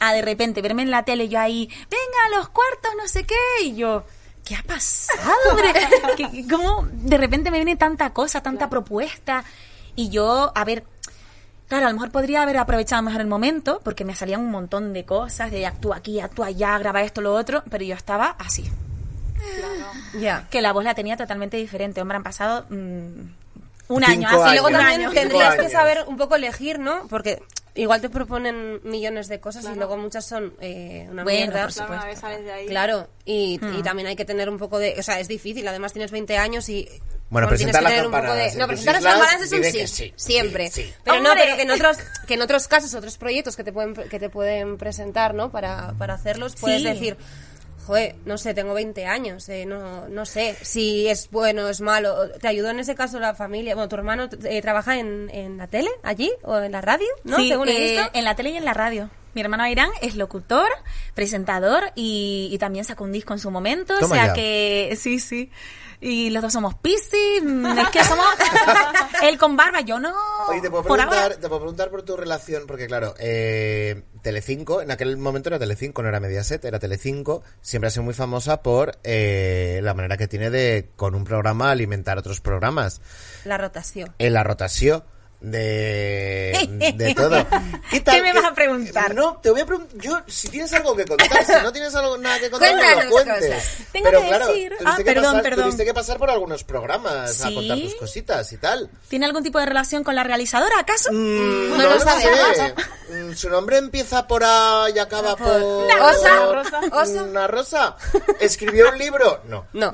D: a de repente verme en la tele yo ahí, venga a los cuartos, no sé qué, y yo, ¿qué ha pasado? hombre? ¿Qué- ¿Cómo de repente me viene tanta cosa, tanta propuesta? Y yo, a ver, Claro, a lo mejor podría haber aprovechado mejor el momento, porque me salían un montón de cosas, de actúa aquí, actúa allá, graba esto, lo otro, pero yo estaba así,
B: Ya.
D: que la voz la tenía totalmente diferente. Hombre, han pasado mm, un
C: Cinco
D: año. así,
B: Y luego
D: un
C: años.
B: también
D: año.
B: tendrías
C: Cinco
B: que
C: años.
B: saber un poco elegir, ¿no? Porque igual te proponen millones de cosas y luego muchas son eh, una
D: Bueno,
B: mierda.
D: por
E: Claro, una vez sales de ahí
B: Claro, y,
D: Hmm.
B: y también hay que tener un poco de... O sea, es difícil, además tienes 20 años y...
C: Bueno,
B: tienes
C: presentar
B: que
C: las
B: tener un poco
C: campanadas,
B: de- No,
C: en
B: presentar las
C: tus islas
B: campanadas es un
C: diré
B: sí,
C: que sí,
B: siempre.
C: sí, sí.
B: Pero no,
D: ¡Hombre!
B: pero que en, otros, que en otros casos, otros proyectos que te pueden, que te pueden presentar, ¿no? Para, para hacerlos, puedes
D: Sí.
B: decir... Joder, no sé, tengo 20 años, eh, no, no sé si es bueno es malo. ¿Te ayudó en ese caso la familia? Bueno, ¿tu hermano eh, trabaja en, en la tele allí o en la radio? ¿No?
D: Sí,
B: Según he
D: eh,
B: visto.
D: en la tele y en la radio. Mi hermano Airán es locutor, presentador y, y también sacó un disco en su momento.
C: Toma
D: o sea
C: ya.
D: que sí, sí. Y los dos somos piscis, mm, es que somos [laughs] él con barba, yo no.
C: Oye, te puedo,
D: por ahora.
C: preguntar, te puedo preguntar por tu relación, porque claro, eh, Telecinco, en aquel momento era Telecinco, no era Mediaset, era Telecinco, siempre ha sido muy famosa por eh, la manera que tiene de, con un programa, alimentar otros programas.
B: La rotación.
C: En la rotación de,
D: [laughs]
C: de todo.
D: ¿Qué me vas a preguntar?
C: No, te voy a preguntar, yo, si tienes algo que
D: [laughs]
C: contar, si no tienes algo, nada que contar, me lo
B: Cuéntanos
C: cuentes.
B: cosas.
D: Tengo
C: Pero
D: que
C: claro,
D: decir-
C: tuviste,
D: Ah,
C: que
D: perdón,
C: pasar,
D: perdón.
C: tuviste que pasar por algunos programas a
D: Sí.
C: contar tus cositas y tal.
D: ¿Tiene algún tipo de relación con la realizadora acaso?
C: Mm,
B: No
C: no
B: lo
C: lo
B: sabemos.
C: sé. Mm, Su nombre empieza por A y acaba por...
B: Rosa.
C: por-
B: Rosa. Oso.
C: Una rosa. ¿Escribió un libro? No.
B: No.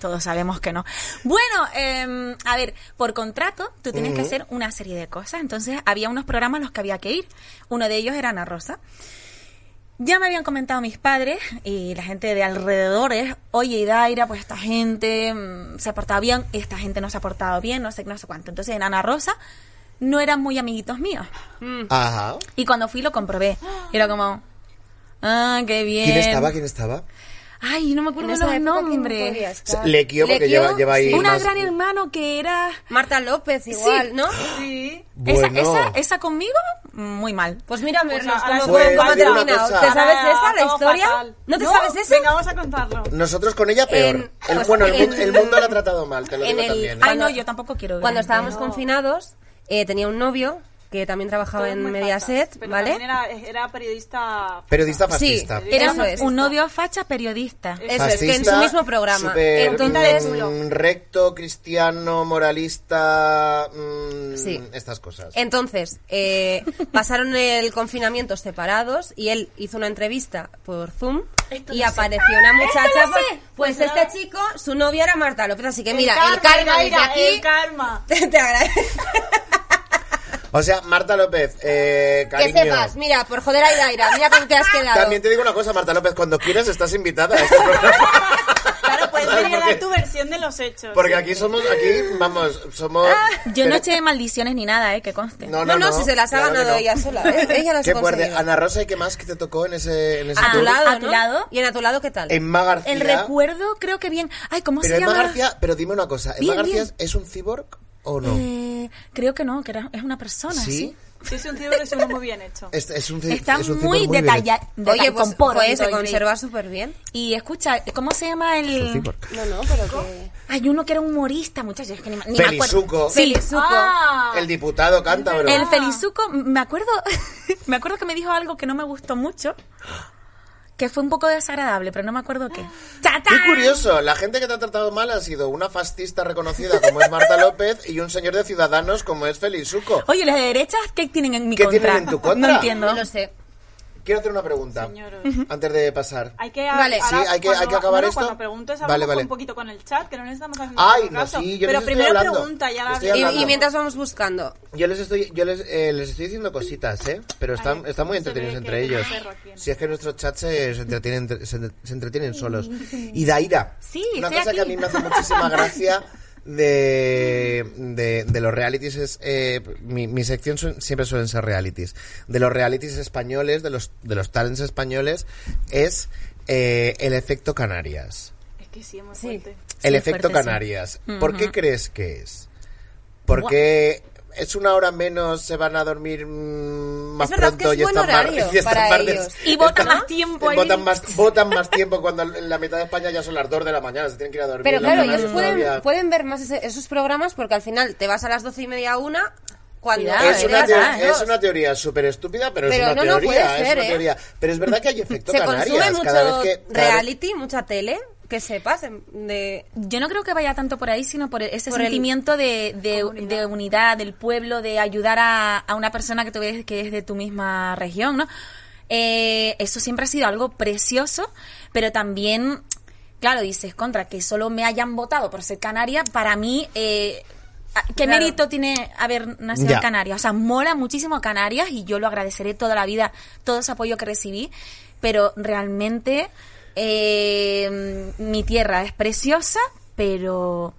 D: Todos sabemos que no. Bueno, eh, a ver, por contrato tú tienes que hacer una serie de cosas. Entonces había unos programas a los que había que ir. Uno de ellos era Ana Rosa. Ya me habían comentado mis padres y la gente de alrededores, oye, Daira, pues esta gente mm, se ha portado bien, esta gente no se ha portado bien, no sé qué, no sé cuánto. Entonces en Ana Rosa no eran muy amiguitos míos.
B: Mm.
C: Ajá.
D: Y cuando fui lo comprobé. Y era como, ah, qué bien.
B: Em.
C: ¿Quién estaba? ¿Quién estaba?
D: Ay, no me acuerdo
B: En
D: de
B: esa
D: los
B: época que no
D: nombres.
B: podía
C: O sea,
B: estar.
C: Lequio, porque
B: Lequio,
C: lleva, lleva ahí
D: Una
C: más-
D: gran hermano que era.
B: Marta López igual,
D: Sí.
B: ¿no?
E: sí
D: Esa,
C: Bueno.
D: esa, esa conmigo, muy mal.
B: Pues mira, Merlos,
E: ahora
B: ¿cómo,
E: sí. Pues,
B: cómo ha
E: te digo una
B: terminado?
C: cosa.
B: ¿Te sabes
E: Ahora,
B: esa, la
E: todo
B: historia?
E: fatal.
B: ¿No te sabes eso?
E: venga vamos a contarlo
C: Nosotros con ella peor.
B: En-
C: el,
B: pues,
C: bueno, el,
B: en-
C: mu- el mundo la ha tratado mal, te lo
B: en
C: digo
B: el-
C: también. ¿eh?
B: Ay,
D: Ay,
B: Cuando-
D: no, yo tampoco quiero.
B: Cuando
D: grande.
B: estábamos confinados, eh, tenía un novio que también trabajaba
E: Todo
B: en
E: muy
B: Mediaset,
E: fatal. Pero
B: ¿vale?
E: también era, era periodista
C: Periodista
B: Sí,
C: fascista.
D: Era un,
B: eso es.
D: un novio facha periodista.
B: Eso es, que en su
C: Fascista,
B: mismo programa.
C: súper,
B: Entonces,
C: mm, recto, cristiano, moralista, mm,
B: Sí.
C: estas cosas.
B: entonces [laughs] eh, pasaron el confinamiento separados y él hizo una entrevista por Zoom y apareció una muchacha.
D: lo
B: pues-
D: sé!
B: Pues, este chico, su novia era Marta López, así que mira, el
E: karma,
B: karma desde
E: Iraira, el
B: aquí.
E: karma
B: [laughs] Te, te agradezco.
C: O sea, Marta López, eh,
B: Que
C: cariño.
B: sepas, mira, por joder a Idaira, mira con qué has quedado. [laughs]
C: También te digo una cosa, Marta López, cuando quieras estás invitada a este programa.
E: Claro, puedes quería
C: porque-
E: dar tu versión de los hechos.
C: Porque aquí somos, aquí, vamos, somos...
D: Ah, Yo
C: pero-
D: no eché maldiciones ni nada, ¿eh? Que conste.
C: No,
B: No, no, si se las ha
C: claro que
B: ganado
C: no.
B: ella sola. ¿eh?
C: [laughs]
B: Ella las
C: Qué
B: ha
C: fuerte.
B: conseguido.
C: Ana Rosa, ¿y qué más que te tocó en ese, en ese
B: A tu
D: Ah,
C: tour?
B: lado,
D: a tu
B: ¿no?
D: lado.
B: ¿Y en a tu lado qué tal?
C: Emma García.
D: El recuerdo creo que bien. Ay, ¿cómo
C: Pero
D: se
C: Emma
D: llama?
C: García, pero dime una cosa, ¿Emma
D: Bien,
C: García
D: bien.
C: es un cyborg o no?
D: Eh, creo que no, que era- es una persona.
C: ¿Sí?
D: Sí.
E: Sí, es un ciego que suena muy bien
C: [laughs]
E: hecho.
C: Es, es un, ci-
D: Está
C: es un cyborg
D: muy
C: bien.
D: detallado.
B: Oye, pues,
D: con poros y
B: pues, se
D: todo,
B: conserva súper bien.
D: Y escucha, ¿cómo se llama
C: Un
D: el...?
C: cyborg.
B: No, no, pero que...
D: Hay uno que era humorista, muchachos, es que ni, ni me
C: Felizuco.
D: acuerdo. Sí, Felizuco.
E: Ah,
C: El diputado cántabro.
D: El Felizuco, me acuerdo, [laughs] me acuerdo que me dijo algo que no me gustó mucho, que fue un poco desagradable, pero no me acuerdo qué. ¡Tata!
C: Qué curioso, la gente que te ha tratado mal ha sido una fascista reconocida como es Marta López y un señor de Ciudadanos como es Felizuco.
D: Oye, ¿las derechas qué tienen en mi
C: ¿Qué
D: contra?
C: tienen en tu contra?
D: [laughs] No entiendo.
B: No lo sé.
C: Quiero hacer una pregunta
E: señoros.
C: antes de pasar.
E: Hay que,
B: Vale.
E: ahora,
C: Sí, hay que-
E: cuando-
C: hay que acabar
E: bueno,
C: esto.
E: Cuando preguntes,
C: Vale,
E: hablamos
C: vale.
E: un poquito con el chat, que no le estamos haciendo
C: Ay,
E: mucho
C: no,
E: caso.
C: sí, yo les
E: Pero
C: estoy
E: primero
C: hablando.
E: pregunta, ya la
C: Estoy
E: vemos.
B: Y,
C: hablando.
B: y mientras vamos buscando.
C: Yo les estoy, yo les, eh, les estoy diciendo cositas, ¿eh? Pero están,
E: Vale,
C: están muy
E: se ve
C: entretenidos
E: que
C: entre
E: tiene
C: ellos.
E: perro aquí, ¿no?
C: Si es que nuestros chats se, se entretienen, entre- se, entre- se entretienen solos. Y Daira,
D: Sí,
C: una
D: estoy
C: cosa que a
D: aquí.
C: mí me hace muchísima gracia de, de, de los realities es... eh, mi, mi sección suen- siempre suelen ser realities. De los realities españoles, de los, de los talents españoles, es eh, el efecto Canarias.
E: Es que sí, es muy
B: Sí.
E: fuerte.
C: El
D: Sí,
C: efecto
D: fuerte, sí.
C: Canarias. ¿Por qué
D: Ujú.
C: crees que es? Porque es una hora menos, se van a dormir mm, más
B: Es verdad
C: pronto
B: que es
C: y
B: buen
C: están mar-
B: horario
C: [laughs] y están
B: para
C: martes-
B: ellos.
D: Y votan
C: están-
D: más tiempo ahí.
C: Votan más, votan más tiempo cuando en la mitad de España ya son las 2 de la mañana, se tienen que ir a dormir.
B: Pero
C: Los
B: claro,
C: canarios
B: ellos pueden,
C: todavía-
B: pueden ver más ese- esos programas porque al final te vas a las doce y media a una cuando...
D: Cuidado,
C: Es
D: Ah,
C: una,
D: eres
C: teo-
D: verdad,
C: es una teoría súper estúpida, pero,
B: Pero
C: es una
B: no, no,
C: teoría.
B: puede
C: es
B: ser,
C: una
B: ¿eh?
C: teoría. Pero es verdad que hay efecto
B: Se
C: Canarias.
B: consume
C: cada
B: mucho
C: vez que, cada vez-
B: reality, mucha tele, que sepas de- de...
D: Yo no creo que vaya tanto por ahí, sino por e-, ese
B: Por el-
D: sentimiento de, de- de unidad del pueblo, de ayudar a, a una persona que, tú ves que es de tu misma región, ¿no? Eh, eso siempre ha sido algo precioso, pero también, claro, dices, contra, que solo me hayan votado por ser canaria, para mí, eh, a- ¿qué
B: Claro.
D: mérito tiene haber nacido
C: Ya.
D: en Canarias? O sea, mola muchísimo Canarias y yo lo agradeceré toda la vida, todo ese apoyo que recibí, pero realmente eh, mi tierra es preciosa, pero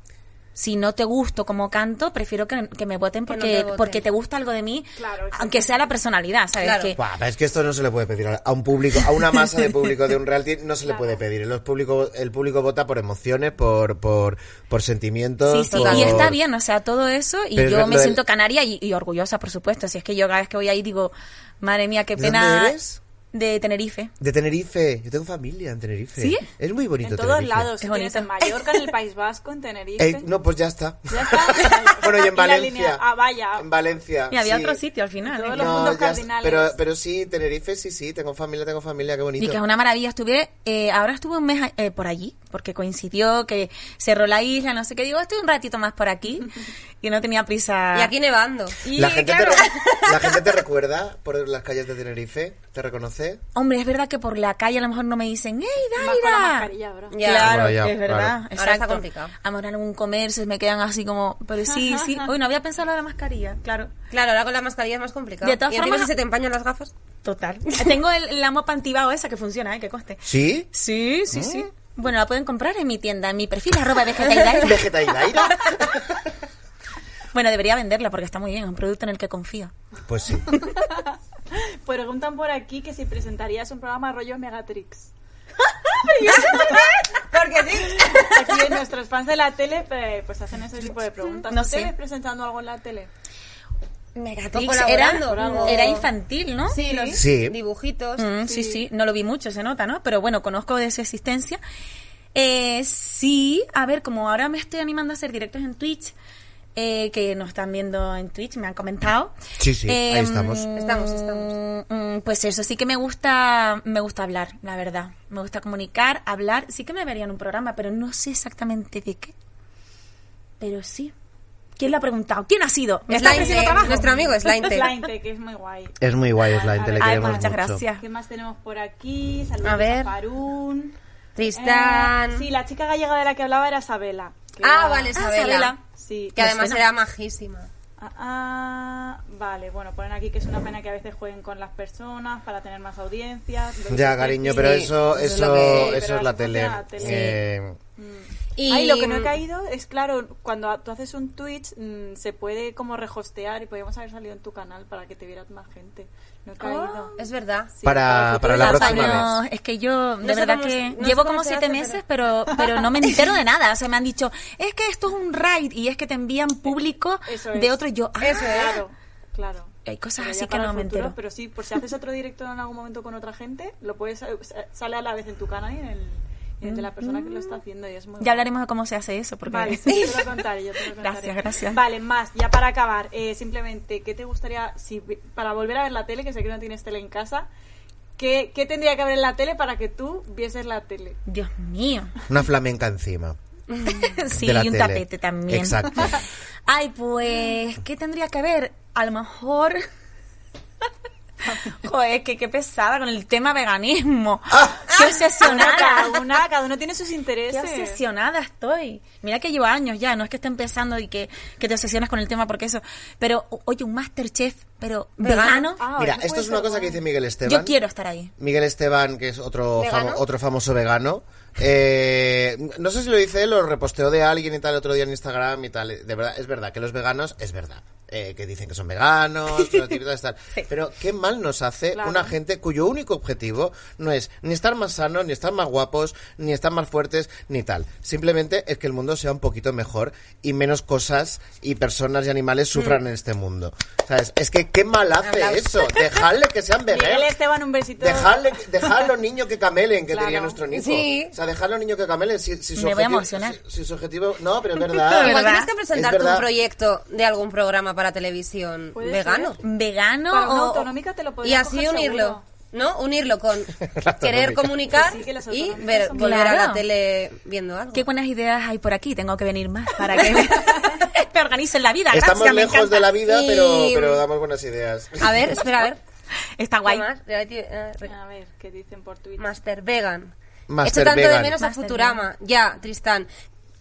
D: si no te gusto como canto, prefiero que, que me voten
B: Que no
D: porque,
B: te voten.
D: porque te gusta algo de mí,
E: Claro, exacto.
D: aunque sea la personalidad, ¿sabes?
B: Claro.
D: Que,
C: Buah, pero es que esto no se le puede pedir a a un público, a una masa de público de un reality, no se le puede pedir. Los público, el público vota por emociones, por, por, por
D: sí,
C: sentimientos.
D: sí,
C: por-
D: y está bien, o sea, todo eso, y
C: Pero es
D: yo
C: verdad,
D: me
C: el-
D: siento canaria y, y orgullosa, por supuesto, si es que yo cada vez que voy ahí digo, madre mía, qué
C: ¿De
D: pena...
C: dónde eres?
D: De Tenerife.
C: De Tenerife, yo tengo familia en Tenerife.
D: ¿Sí?
C: Es muy bonito
E: En todos
C: Tenerife.
E: lados.
D: Es
E: Tienes
D: bonito.
E: en Mallorca, en el País
C: [laughs]
E: Vasco, en Tenerife.
C: Eh, no, pues ya está.
E: Ya está.
C: [laughs] bueno, y en
E: la
C: Valencia.
E: línea- Ah, vaya.
C: En Valencia.
D: Y había
C: sí.
D: otro sitio al final.
E: Todo
D: ¿eh?
E: Los puntos
C: ya está.
E: cardinales.
C: Pero, pero sí, Tenerife, sí, sí, tengo familia, tengo familia, qué bonito.
D: Y que es una maravilla. Estuve, eh, ahora estuve un mes eh, por allí, porque coincidió que cerró la isla, no sé qué. Digo, estuve un ratito más
B: [laughs]
D: por aquí y no tenía prisa.
B: Y aquí nevando.
D: Y,
C: La gente,
D: claro,
C: te, re- la gente te recuerda por las calles de Tenerife, ¿te reconoce?
D: Hombre, es verdad que por la calle a lo mejor no me dicen, ¡Ey,
E: Más con la
D: Daira!
E: mascarilla, bro.
B: Ya.
D: Claro,
C: Bueno, ya,
D: es verdad.
C: claro.
D: Exacto.
B: Ahora está complicado.
D: A lo mejor en algún comercio me quedan así como, pero sí,
B: [laughs]
D: sí. Hoy no había pensado lo de la mascarilla, claro.
B: Claro, ahora con la mascarilla es más complicado.
D: De todas
B: y encima
D: formas-
B: si se te empañan las gafas.
D: Total. [laughs] Tengo el, la mopa antibao esa que funciona, ¿eh? Que coste.
C: ¿Sí?
D: Sí, sí, sí.
C: Ah.
D: Bueno, la pueden comprar en mi tienda, en mi perfil, arroba vegetaidaira.
C: Vegeta y Daira.
D: Bueno, debería venderla porque está muy bien, es un producto en el que confío.
C: Pues sí.
E: Preguntan por aquí que si presentarías un programa rollo Megatrix. [laughs]
B: Porque sí.
E: Aquí nuestros fans de la tele eh, pues hacen ese tipo de preguntas.
D: No
E: ¿Tú te
D: sé.
E: ves presentando algo en la tele?
D: Megatrix era,
B: colaborando, bravo.
D: era infantil, ¿no?
B: Sí, los
C: Sí.
B: dibujitos.
D: Mm, sí, sí, no lo vi mucho, se nota, ¿no? Pero bueno, conozco de su existencia. Eh, sí, a ver, como ahora me estoy animando a hacer directos en Twitch, eh, que nos están viendo en Twitch, me han comentado.
C: Sí, sí, ahí
D: Eh,
C: estamos.
B: Estamos, estamos.
D: mm, Pues eso, sí que me gusta, me gusta hablar, la verdad. Me gusta comunicar, hablar. Sí que me vería en un programa, pero no sé exactamente de qué. Pero sí. ¿Quién lo ha preguntado? ¿Quién ha sido? ¿Me está
B: Slainte,
D: ofreciendo trabajo?
B: nuestro amigo Slainte.
E: Slainte, que es muy guay.
C: Es muy guay, es la
E: Ay,
C: intele
E: ay,
C: queremos
D: muchas
C: mucho.
D: gracias.
E: ¿Qué más tenemos por aquí? Saludos
B: A
E: a,
B: ver.
E: Parún.
B: Tristán.
E: Eh, sí, la chica gallega de la que hablaba era Sabela. que
B: Ah,
E: era-
B: vale, Isabela.
D: Isabela.
E: Sí. Pues,
B: Que
D: Me
B: además
D: suena.
B: era majísima.
E: Ah, ah, vale, bueno, ponen aquí que es una pena que a veces jueguen con las personas para tener más audiencias. lo que
C: Ya,
E: sea.
C: cariño, pero
B: Sí,
C: eso,
B: eso es
C: eso,
B: lo que-
C: eso
E: pero
C: es la
E: así
C: tele.
E: funciona la tele.
C: Eh,
B: Y
E: Ay, lo que no he caído es, claro, cuando tú haces un Twitch mm, se puede como rehostear y podríamos haber salido en tu canal para que te vieras más gente. No he caído.
B: es verdad.
E: Sí,
C: Para,
E: el
C: para
E: futuro.
C: la
D: Rafa,
C: próxima
D: no,
C: vez.
D: es que yo, de
B: No sé
D: verdad
B: cómo
D: que
B: se- no sé
D: llevo
B: cómo
D: como
B: se
D: siete
B: hace,
D: meses, pero, pero
E: [laughs]
D: no me entero de nada. O sea, me han dicho, es que esto es un raid y es que te envían público
E: Eso
D: de
E: es.
D: otro. Y yo, ah,
B: Eso es.
E: Claro, claro.
D: Hay cosas
E: Pero ya
D: así que
E: para
D: no
E: el
D: me
E: futuro,
D: entero.
E: Pero sí, por si haces otro directo en algún momento con otra gente, lo puedes eh, sale a la vez en tu canal y en el, y en el de la persona que lo está haciendo y es muy
D: Ya
E: guay.
D: hablaremos de cómo se hace eso, porque [laughs]
E: Vale, sí, yo te lo contaré, yo te lo contaré.
D: Gracias, gracias.
E: Vale, más, ya para acabar, eh, simplemente, ¿qué te gustaría, si vi- para volver a ver la tele, que sé que no tienes tele en casa, ¿qué, qué tendría que haber en la tele para que tú vieses la tele?
D: Dios mío.
E: [laughs]
C: Una flamenca encima.
D: sí,
C: de la
D: y un
C: tele.
D: tapete también. [laughs]
C: Exacto.
D: Ay, pues, ¿qué tendría que ver? A lo mejor... [laughs] Joder, que qué pesada con el tema veganismo.
C: Ah.
D: Qué
E: Bueno,
D: obsesionada.
E: cada una, cada uno tiene sus
D: Qué
E: intereses.
D: obsesionada estoy. Mira que llevo años ya, no es que esté empezando y que, que te obsesionas con el tema porque eso. Pero, o- oye, un Masterchef, pero vegano.
E: Ah,
C: Mira,
E: eso
C: esto
E: puede
C: es una
E: ser
C: cosa que
E: guay.
C: dice Miguel Esteban.
D: Yo quiero estar ahí.
C: Miguel Esteban, que es otro,
B: ¿Vegano?
C: famo- otro famoso vegano. Eh, no sé si lo dice él o reposteó de alguien y tal otro día en Instagram y tal. De verdad, es verdad que los veganos, es verdad. eh, que dicen que son veganos, que lo típico es tal. Pero qué mal nos hace
E: Claro.
C: una gente cuyo único objetivo no es ni estar más sanos, ni estar más guapos, ni estar más fuertes, ni tal. Simplemente es que el mundo sea un poquito mejor y menos cosas y personas y animales sufran en este mundo. ¿Sabes? Es que qué mal hace eso. Dejarle que sean
E: Miguel
C: veganos.
E: Esteban, un besito. [laughs]
C: Dejarle, dejar a los niños que camelen, que
E: Claro.
C: tenía nuestro Nico.
B: Sí.
C: O sea, dejar a los niños que camelen. Si, si su
D: Me voy a
C: objetivo-
D: emocionar.
C: Si, si su objetivo. No,
E: [laughs]
C: pero Ah, es verdad.
B: Igual
D: ¿Verdad?
B: tienes que presentarte
C: Es verdad.
B: un proyecto de algún programa para televisión
E: Puede
B: vegano.
E: ser.
D: Vegano
E: Para una
D: o-
E: autonómica te lo
B: Y
E: podría
B: así
E: coger
B: unirlo.
E: seguro.
B: ¿No? Unirlo
C: [laughs]
B: con querer
C: autonómicas.
B: comunicar
E: Sí, que las
B: y
E: autonómicas
B: ver,
E: son
B: volver a la
D: Claro.
B: tele viendo algo.
D: Qué buenas ideas hay por aquí. Tengo que venir más
B: [laughs]
D: para que [laughs] me, me organicen la vida.
C: Estamos
D: Gracias, me
C: lejos de
D: encanta.
C: la vida,
B: Y-
C: pero, pero damos buenas ideas.
B: A ver, espera, a
E: [laughs]
B: ver.
D: Está guay.
B: ¿Qué más? Reality, eh, re-
E: A ver, ¿qué dicen por Twitter?
B: Master Vegan.
C: Master
B: Echo tanto
C: Vegan.
B: de menos a
D: Master
B: Futurama. Ya, Tristán.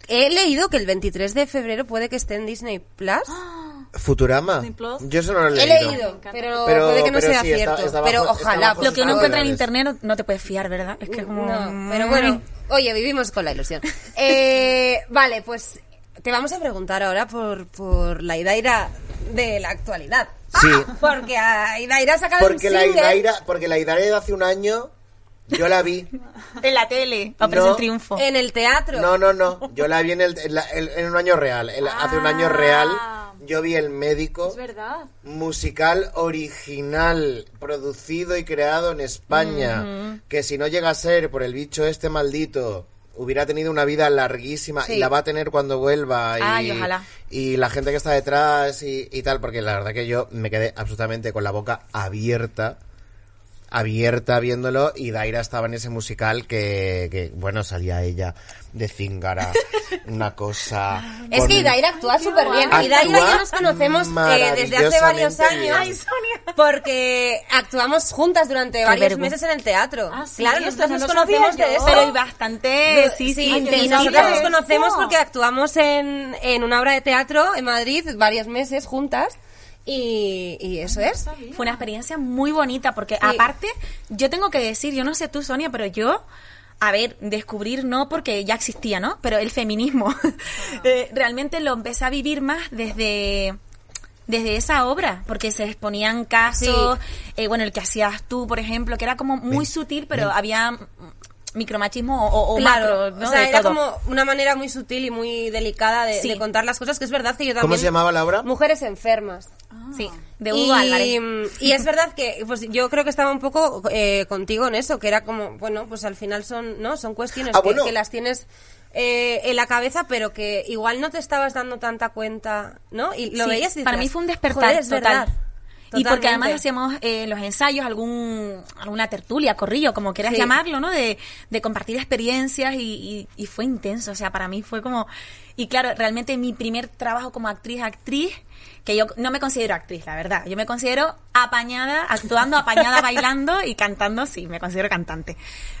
B: He leído que el 23 de febrero puede que esté en Disney Plus.
C: [laughs] Futurama.
E: Disney Plus.
C: Yo eso no lo [gasps] he
B: He
C: leído.
B: leído,
E: encanta.
B: pero,
C: Pero-
B: puede que no
C: pero
B: sea
C: sí, está-
B: cierto.
C: está bajo-
B: pero
C: está
B: ojalá.
C: bajo
D: Lo que uno
C: Ah,
D: encuentra en
C: vale.
D: internet no, no te puedes fiar, ¿verdad? Es que es como...
B: No,
E: mm.
B: pero bueno, oye, vivimos con la
E: [laughs]
B: ilusión. Eh, vale, pues te vamos a preguntar ahora por, por la Idaira de la actualidad.
C: Sí.
B: Ah, porque a Idaira ha sacado
C: Porque
B: un
C: la
B: single.
C: Idaira, porque la Idaira de hace un año, yo la vi.
D: En la tele. Operación
C: No.
D: Triunfo.
B: En el teatro.
C: No, no, no. Yo la vi en, el, en, la- en- en un año real. El- Hace un año real, yo vi El Médico.
E: Ah. Es verdad.
C: musical original producido y creado en España que si no llega a ser por el bicho este maldito hubiera tenido una vida larguísima
B: Sí.
C: y la va a tener cuando vuelva y,
D: Ay, ojalá.
C: y la gente que está detrás y, y tal porque la verdad que yo me quedé absolutamente con la boca abierta abierta viéndolo y Daira estaba en ese musical que, que, bueno salía ella
B: [laughs]
C: de cíngara una cosa
B: Es
C: con-
B: que Idaira actúa súper bien.
C: guay.
B: Idaira y yo
C: Actúa
B: nos conocemos eh, desde hace varios
C: maravillosamente bien.
B: años.
C: Ay,
D: Sonia.
B: Porque actuamos juntas durante varios
D: vergüenza.
B: meses en el teatro.
E: Ah, sí,
B: claro,
E: esto
B: nosotros
E: no
B: nos
E: lo sabía
B: conocemos de
E: yo.
B: eso.
D: Pero y bastante, Eh, sí, sí,
B: y
D: intensivo.
B: nosotras nos conocemos
E: Eso.
B: porque actuamos en, en una obra de teatro en Madrid varios meses juntas y, y eso es.
D: Fue una experiencia muy bonita porque aparte, yo tengo que decir, yo no sé tú, Sonia, pero yo, a ver, descubrir no porque ya existía, ¿no? Pero el feminismo, [laughs] eh, realmente lo empecé a vivir más desde... Desde esa obra, porque se exponían casos, eh, bueno, el que hacías tú, por ejemplo, que era como muy sutil, pero había mm, micromachismo o, o macro, ¿no?
B: o sea,
D: De
B: era
D: todo.
B: como una manera muy sutil y muy delicada de,
D: Sí.
B: de contar las cosas, que es verdad que yo también...
C: ¿Cómo se llamaba la obra?
B: Mujeres enfermas.
D: Sí, Ah. de
B: y, mm,
D: Hugo Álvarez.
B: y es verdad que pues yo creo que estaba un poco eh, contigo en eso, que era como, bueno, pues al final son, ¿no? Son cuestiones
C: Ah,
B: que,
C: bueno.
B: que las tienes eh, en la cabeza, pero que igual no te estabas dando tanta cuenta, ¿no? Y lo
D: Sí,
B: veías y
D: Para
B: decías,
D: mí fue un despertar
B: "Joder, es
D: total.
B: verdad".
D: Y porque
B: Totalmente.
D: además hacíamos eh, los ensayos, algún, alguna tertulia, corrillo, como quieras
B: Sí.
D: llamarlo, ¿no? De, de compartir experiencias y, y- y fue intenso. O sea, para mí fue como... Y claro, realmente mi primer trabajo como actriz, actriz, que yo no me considero actriz, la verdad. Yo me considero apañada, actuando, apañada, bailando y cantando, sí, me considero cantante.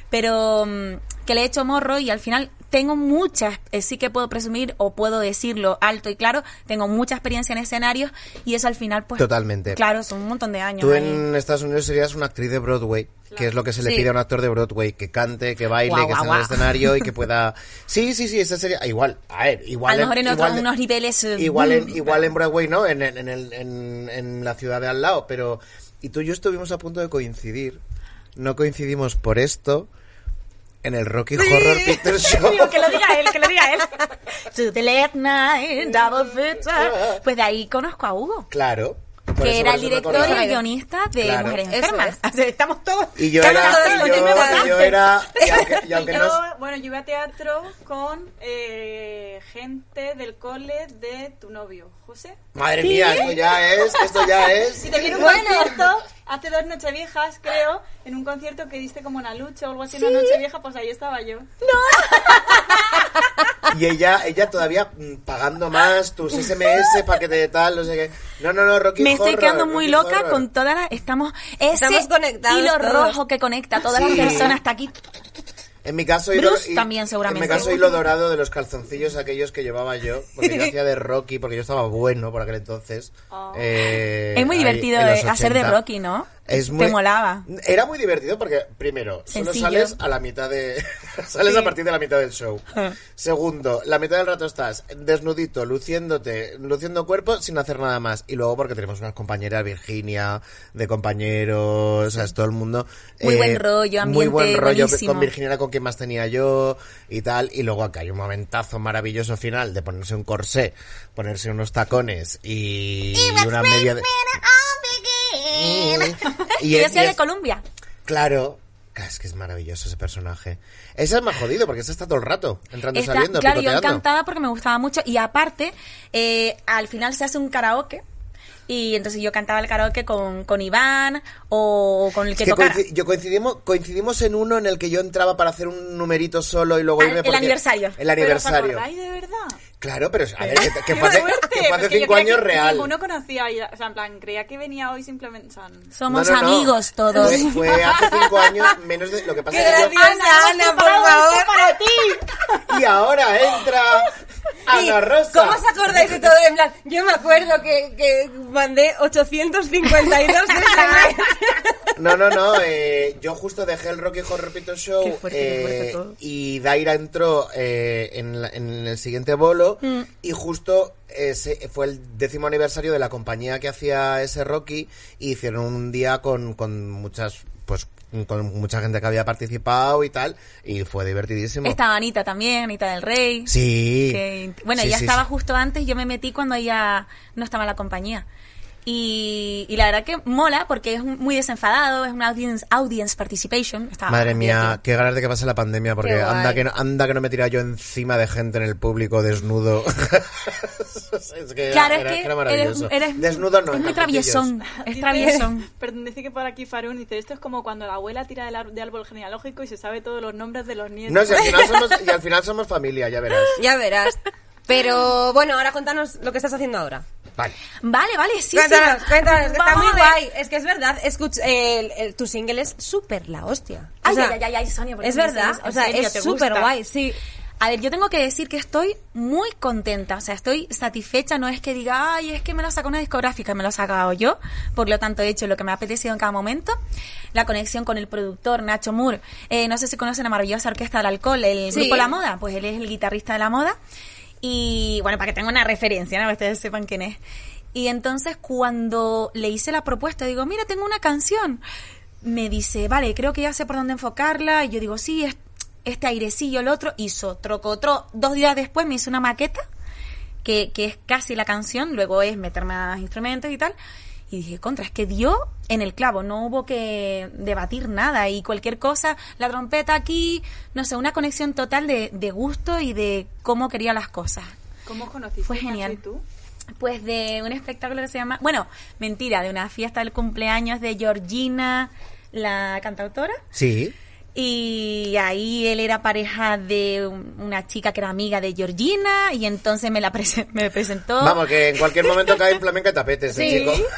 D: Pero mm, que le he hecho morro y al final tengo muchas, eh, sí que puedo presumir o puedo decirlo alto y claro, tengo mucha experiencia en escenarios y eso al final pues...
C: Totalmente.
D: Claro, son un montón de años.
C: Tú
D: ahí.
C: en Estados Unidos serías una actriz de Broadway, que es lo que se le
D: Sí.
C: pide a un actor de Broadway, que cante, que baile,
D: Guau,
C: que esté
D: guau,
C: en el
D: guau.
C: escenario
D: [laughs]
C: y que pueda... Sí, sí, sí, esa sería... Igual, a ver, igual...
D: A lo mejor en
C: igual
D: otros, unos niveles... eh,
C: Igual en,
D: mm,
C: igual en Broadway, ¿no? En, en, en el- en- en la ciudad de al lado, pero... Y tú y yo estuvimos a punto de coincidir. No coincidimos por esto en el Rocky Horror
D: [laughs]
C: Picture Show.
D: Digo, que lo diga él, que lo diga él. To the late night, double feature. Pues de ahí conozco a Hugo,
C: Claro. por eso-
D: que era
C: por
D: el
C: eso me
D: director
C: acordaba.
D: y el guionista de
C: Claro.
D: Mujeres
B: Eso
D: Enfermas.
B: es.
D: O sea, Estamos todos.
C: Y yo
D: estamos
C: era...
D: todos en
C: Y
D: los
C: yo,
D: mismos
C: y yo
D: cantos.
C: era... Y
E: [laughs]
C: aunque,
D: [laughs]
C: y aunque
E: yo,
C: no...
E: bueno, yo iba a teatro con eh, gente del cole de tu novio, José.
C: Madre mía, esto ya es... Esto ya es...
E: Si te viene un concierto, hace dos nocheviejas, creo, en un concierto que diste como una lucha o algo así, una nochevieja, pues ahí estaba yo.
C: Y ella, ella todavía mm, pagando más tus SMS para que te tal, no sé qué. No, no, no, Rocky
D: Me estoy
C: Horror,
D: quedando muy
C: Rocky
D: loca
C: Horror.
D: con todas las. Estamos. Ese
B: Estamos conectados
D: hilo
B: todos.
D: rojo que conecta a todas
C: Sí.
D: las personas hasta aquí.
C: En mi caso,
D: Bruce también, seguramente.
C: En mi caso, hilo dorado de los calzoncillos aquellos que llevaba yo. Porque
D: [laughs]
C: yo hacía de Rocky, porque yo estaba bueno por aquel entonces. Eh,
D: es muy
C: ahí,
D: divertido
C: en los
D: eh, hacer de
C: 80.
D: Rocky, ¿no?
C: Es muy-
D: Te molaba.
C: Era muy divertido porque, primero,
D: Sencillo.
C: solo sales a la mitad de. [laughs] sales a partir de la mitad del
D: [laughs]
C: show. Segundo, la mitad del rato estás desnudito, luciéndote, luciendo cuerpo sin hacer nada más. Y luego, porque tenemos unas compañeras, Virginia, de compañeros, o sea, es todo el mundo. eh,
D: Muy buen rollo,
C: Muy buen
D: ambiente
C: rollo
D: buenísimo.
C: con Virginia, era con quien más tenía yo y tal. Y luego acá hay un momentazo maravilloso final de ponerse un corsé, ponerse unos tacones y, una media de. Mm. Y-
D: Y
C: y
D: yo soy de
C: es-
D: Colombia.
C: Claro. Ah, Es que es maravilloso ese personaje. Esa es más jodido porque esa está todo el rato entrando y
D: Está-
C: saliendo,
D: claro, yo
C: picoteando.
D: encantada porque me gustaba mucho. Y aparte, eh, al final se hace un karaoke. Y entonces yo cantaba el karaoke con, con Iván o con el que,
C: Es que
D: tocara.
C: coinci- yo coincidimos, coincidimos en uno en el que yo entraba para hacer un numerito solo y luego
D: Al-
C: irme
D: el
C: porque-
D: aniversario.
C: El
E: Pero ¿os
C: aniversario.
E: acordáis de verdad?
C: Claro, pero a ver, que, que
E: Qué
C: fue hace,
E: fuerte,
C: que fue hace
E: porque yo
C: cinco
E: creía
C: años
E: que
C: real.
E: Ninguno conocía, y- o sea, en plan, creía que venía hoy simplemente. o sea, no.
D: Somos
C: No, no, no.
D: amigos todos.
C: Fue, fue hace cinco años menos de lo que pasa
B: [laughs] ¡Qué
C: es que yo-
B: graciosa, Ana, por favor! para ti!
C: Y ahora entra Ana Rosa.
B: ¿Cómo os acordáis de todo? En plan, yo me acuerdo que, que mandé 852 [laughs] SMS.
C: No, no, no. eh, yo justo dejé el Rocky Horror Picture Show
D: Qué fuerte, qué fuerte
C: eh,
D: todo.
C: y Daira entró eh, en, la- en el siguiente bolo
D: Mm.
C: y justo ese fue el décimo aniversario de la compañía que hacía ese Rocky y hicieron un día con, con muchas pues con mucha gente que había participado y tal y fue divertidísimo.
D: Estaba Anita también, Anita del Rey.
C: Sí.
D: que- bueno,
C: Sí,
D: ella
C: sí,
D: estaba
C: sí.
D: justo antes, yo me metí cuando ella no estaba en la compañía. Y, y la verdad que mola porque es un- muy desenfadado, es un audience, audience participation. Está
C: Madre mía,
D: divertido.
C: qué ganas de que pase la pandemia porque
B: Qué guay.
C: anda que, no, anda que no me tira yo encima de gente en el público desnudo. [laughs] es que
D: Claro,
C: era, era-
D: es
C: era
D: que eres,
C: maravilloso.
D: eres-
C: desnudo no.
D: es
C: en calzoncillos.
D: muy traviesón, es
E: [laughs] Dice-
D: traviesón.
E: Perdón, dice que por aquí Farun dice, esto es como cuando la abuela tira del ar- de árbol genealógico y se sabe todos los nombres de los nietos.
C: No, si al final somos, y al final somos familia, ya verás.
B: ya verás. Pero bueno, ahora contanos lo que estás haciendo ahora.
C: Vale.
D: Vale, vale, sí,
B: cuéntanos,
D: sí.
B: cuéntanos, que está muy
D: Vamos a ver.
B: guay. Es que es verdad, escucha, el, el- tu single es súper la hostia. O
D: Ay,
B: sea,
D: ay, ay, ay, Sonia, ¿por qué
B: Es
D: me
B: verdad,
D: dices?
B: o
D: ¿En
B: sea,
D: serio
B: es
D: te gusta?
B: súper guay, sí.
D: A ver, yo tengo que decir que estoy muy contenta, o sea, estoy satisfecha, no es que diga, ay, es que me lo sacó una discográfica, me lo he sacado yo, por lo tanto he hecho lo que me ha apetecido en cada momento. La conexión con el productor Nacho Moore, eh, no sé si conocen la maravillosa orquesta del alcohol, el
B: Sí.
D: grupo La Moda, pues él es el guitarrista de La Moda. Y bueno, para que tenga una referencia, ¿no? Para que ustedes sepan quién es. Y entonces cuando le hice la propuesta, digo, mira, tengo una canción. Me dice, vale, creo que ya sé por dónde enfocarla. Y yo digo, sí, es este airecillo, el otro. Hizo trocotro. Dos días después me hizo una maqueta, que, que es casi la canción. Luego es meter más instrumentos y tal. Y dije, contra, es que dio en el clavo. No hubo que debatir nada. Y cualquier cosa, la trompeta aquí, no sé, una conexión total de, de gusto y de cómo quería las cosas.
E: ¿Cómo os conociste?
D: Fue
E: Nacho,
D: genial.
E: y tú?
D: Pues de un espectáculo que se llama, bueno, mentira, de una fiesta del cumpleaños de Georgina, la cantautora,
C: Sí.
D: Y ahí él era pareja de un- una chica que era amiga de Georgina y entonces me la presen- me presentó.
C: Vamos, que en cualquier momento cae en flamenca y tapetes,
B: Sí.
C: el chico.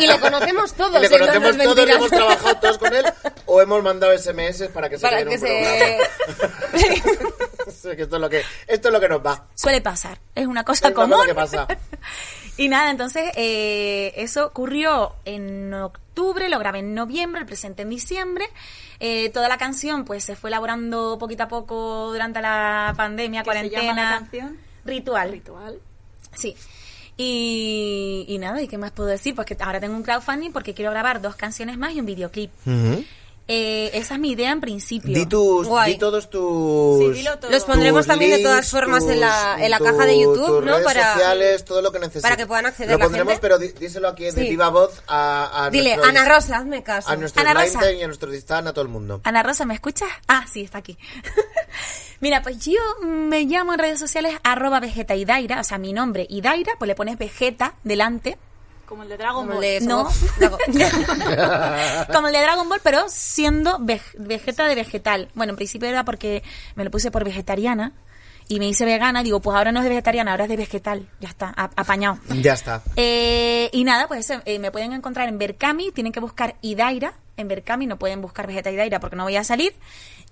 B: Y le conocemos [laughs] todos,
C: Y le
B: él no
C: conocemos
B: nos
C: todos, y
B: mentirá. [laughs]
C: hemos trabajado todos con él, o hemos mandado SMS para que se
B: Para
C: quede
B: que
C: en un
B: se...
C: programa. [laughs] Sí, que esto, es lo que, esto es lo que nos va.
D: Suele pasar, es una cosa
C: Es
D: común.
C: lo
B: [laughs]
C: que pasa.
D: Y nada, entonces eh, eso ocurrió en octubre, lo grabé en noviembre, el presente en diciembre. Eh, toda la canción pues se fue elaborando poquito a poco durante la pandemia,
E: ¿Qué se
D: cuarentena.
E: llama la canción?
D: Ritual.
E: Ritual.
D: Sí. Y, y nada, ¿y qué más puedo decir? Pues que ahora tengo un crowdfunding porque quiero grabar dos canciones más y un videoclip. Eh, esa es mi idea en principio.
C: Di, tus,
B: Guay.
C: di todos tus...
E: Sí, dilo todo.
B: Los pondremos también de todas formas en la- en la caja de YouTube,
C: tus
B: ¿no?
C: redes
B: Para-
C: sociales, todo lo que necesites.
B: para que puedan acceder
C: Lo
B: la
C: pondremos,
B: gente.
C: pero di- díselo aquí de
B: Sí.
C: viva voz a,
B: [laughs]
C: a
B: Dile,
C: nuestros-
B: Ana Rosa, hazme caso.
C: A nuestro
D: Ana Rosa.
C: y a nuestro Instagram, a todo el mundo.
D: Ana Rosa, ¿me escuchas? Ah, sí, está aquí. [laughs] Mira, pues yo me llamo en redes sociales arroba Vegeta Idaira, o sea, mi nombre Idaira, pues le pones Vegeta delante.
E: Como el de Dragon
B: Como
E: Ball.
B: el de-
D: No,
B: Somos- Drago-
D: [laughs] como el de Dragon Ball, pero siendo veg- Vegeta de vegetal. Bueno, en principio era porque me lo puse por vegetariana y me hice vegana. Digo, pues ahora no es de vegetariana, ahora es de vegetal. Ya está, a- apañado.
C: Ya está.
D: Eh, y nada, pues eso, eh, me pueden encontrar en Berkami, tienen que buscar Idaira en Berkami, no pueden buscar Vegeta Idaira porque no voy a salir.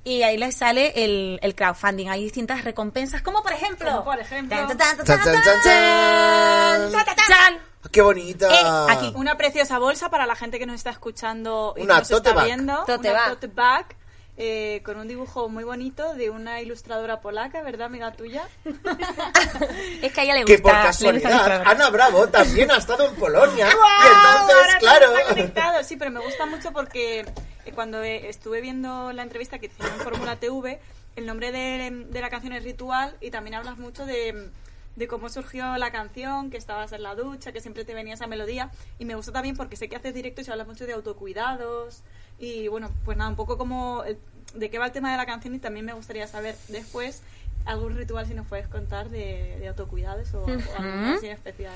D: Y ahí les sale el, el crowdfunding. Hay distintas recompensas, como por ejemplo.
E: Como por ejemplo.
D: Tan, tan,
C: Chan,
D: tan,
C: chan, chan, chan.
D: tan, tan, tan.
C: ¡Qué bonita!
D: Eh, aquí.
E: Una preciosa bolsa para la gente que nos está escuchando y
C: Una
E: nos
C: tote
E: está
C: bag.
E: viendo.
B: Tote
E: una
B: bag.
E: tote bag. eh, con un dibujo muy bonito de una ilustradora polaca, ¿verdad, amiga tuya?
D: Es que a ella le gusta.
C: que por
D: le gusta el
C: casualidad
D: programa.
C: Ana Bravo también ha estado
B: [laughs]
C: en Polonia.
E: ¡Guau!
C: y entonces,
E: Ahora todo está
C: claro.
E: conectado. Sí, pero me gusta mucho porque eh, cuando eh, estuve viendo la entrevista que hicieron en Fórmula TV, el nombre de, de la canción es Ritual y también hablas mucho de, de cómo surgió la canción, que estabas en la ducha, que siempre te venía esa melodía. Y me gusta también porque sé que haces directos y hablas mucho de autocuidados. Y bueno, pues nada, un poco como el- de qué va el tema de la canción y también me gustaría saber después algún ritual si nos puedes contar de, de autocuidados o, o algo así en especial.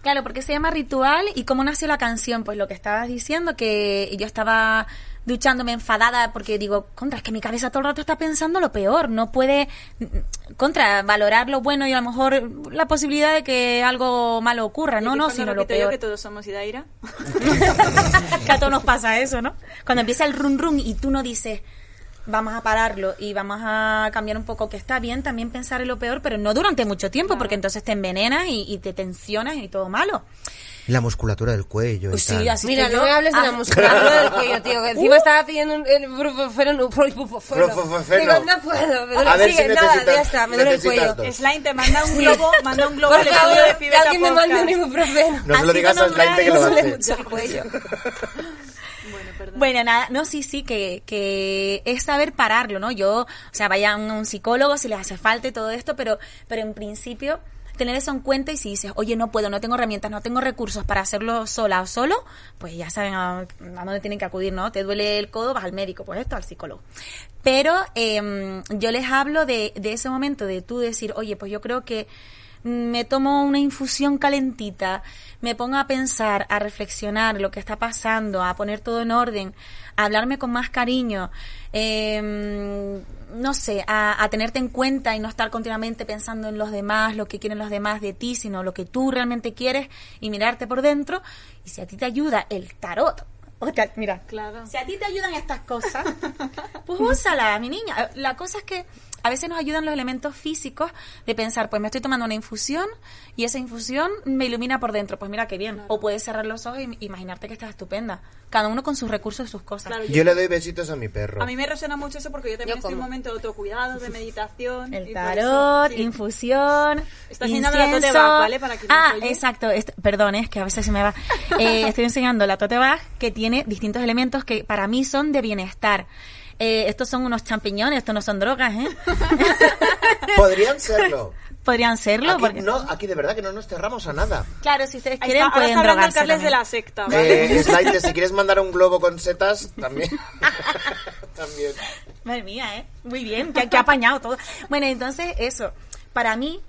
D: Claro, porque se llama Ritual y cómo nació la canción, pues lo que estabas diciendo, que yo estaba duchándome enfadada porque digo, contra, es que mi cabeza todo el rato está pensando lo peor, no puede, mm, contra, valorar lo bueno y a lo mejor la posibilidad de que algo malo ocurra,
E: Y
D: no,
E: aquí
D: no,
E: cuando
D: sino lo
E: repito yo
D: peor.
E: que todos somos Idaira.
D: [laughs] que a todos nos pasa eso, ¿no? Cuando empieza el run run y tú no dices, vamos a pararlo y vamos a cambiar un poco, que está bien también pensar en lo peor, pero no durante mucho tiempo, porque entonces te envenenas y, y te tensionas y todo malo.
C: La musculatura del cuello. y
D: Pues sí,
C: tal.
D: así
B: Mira,
D: que
B: no
D: yo-
B: me hables de
D: Ah.
B: la
D: [laughs]
B: Uh. musculatura del cuello, tío. Que encima estaba pidiendo un el brufofeno, un brufofeno.
C: Brufofeno.
B: Digo, no puedo, me duele
C: A ver
B: sigue,
C: si
B: nada,
C: necesitas-
B: ya está, me duele el
C: necesitas
B: cuello.
C: dos.
E: Slime te manda un globo, manda un globo
B: Por
E: al estudio de
B: favor, que
E: Fibeta
B: alguien me mande un
E: Podcast.
B: ibuprofeno.
C: No se lo
D: Ha sido
C: digas a Slime que lo
D: nombrado-
B: Me
C: va a hacer.
B: duele mucho el cuello.
E: Bueno, perdón.
D: [laughs] Bueno, nada, no, sí, sí, que, que es saber pararlo, ¿no? Yo, o sea, vayan a un psicólogo si les hace falta y todo esto, pero, pero en principio tener eso en cuenta y si dices, oye, no puedo, no tengo herramientas, no tengo recursos para hacerlo sola o solo, pues ya saben a, a dónde tienen que acudir, ¿no? Te duele el codo, vas al médico, pues esto, al psicólogo. Pero em, yo les hablo de, de ese momento de tú decir, oye, pues yo creo que me tomo una infusión calentita, me pongo a pensar, a reflexionar lo que está pasando, a poner todo en orden, a hablarme con más cariño, eh, no sé, a, a tenerte en cuenta y no estar continuamente pensando en los demás, lo que quieren los demás de ti, sino lo que tú realmente quieres y mirarte por dentro. Y si a ti te ayuda el tarot, o te- mira,
E: Claro.
D: si a ti te ayudan estas cosas, [laughs] pues úsala, mi niña. La cosa es que a veces nos ayudan los elementos físicos de pensar, pues me estoy tomando una infusión y esa infusión me ilumina por dentro. Pues mira qué bien. O puedes cerrar los ojos e imaginarte que estás estupenda. Cada uno con sus recursos y sus cosas.
E: Claro,
C: Yo le doy besitos a mi perro.
E: a mí me resuena mucho eso porque yo también
B: Yo
E: estoy en un
B: como.
E: momento de autocuidado, de meditación. y
D: El
E: por eso,
D: tarot,
E: sí.
D: infusión,
E: Estás enseñando
D: incienso.
E: la tote bag, ¿vale? Para quien nos
D: ah,
E: oye.
D: exacto. est- perdón, es que a veces se me
E: [laughs]
D: va. Eh, estoy enseñando la tote bag que tiene distintos elementos que para mí son de bienestar. Eh, estos son unos champiñones, estos no son drogas,
E: [laughs]
D: ¿eh?
C: Podrían serlo.
B: [laughs]
D: Podrían serlo,
C: Aquí,
D: porque...
C: no, aquí de verdad que no nos cerramos a nada.
D: Claro, si ustedes
E: Ahí
D: quieren,
E: está, ahora
D: pueden
E: está hablando el
D: drogarse.
E: Carles de
D: también.
E: la secta, ¿vale?
C: Eh, Slide, si quieres mandar un globo con setas, también. [laughs] también.
D: Madre mía, ¿eh? Muy bien, que, que ha apañado todo. Bueno, entonces, eso. Para mí,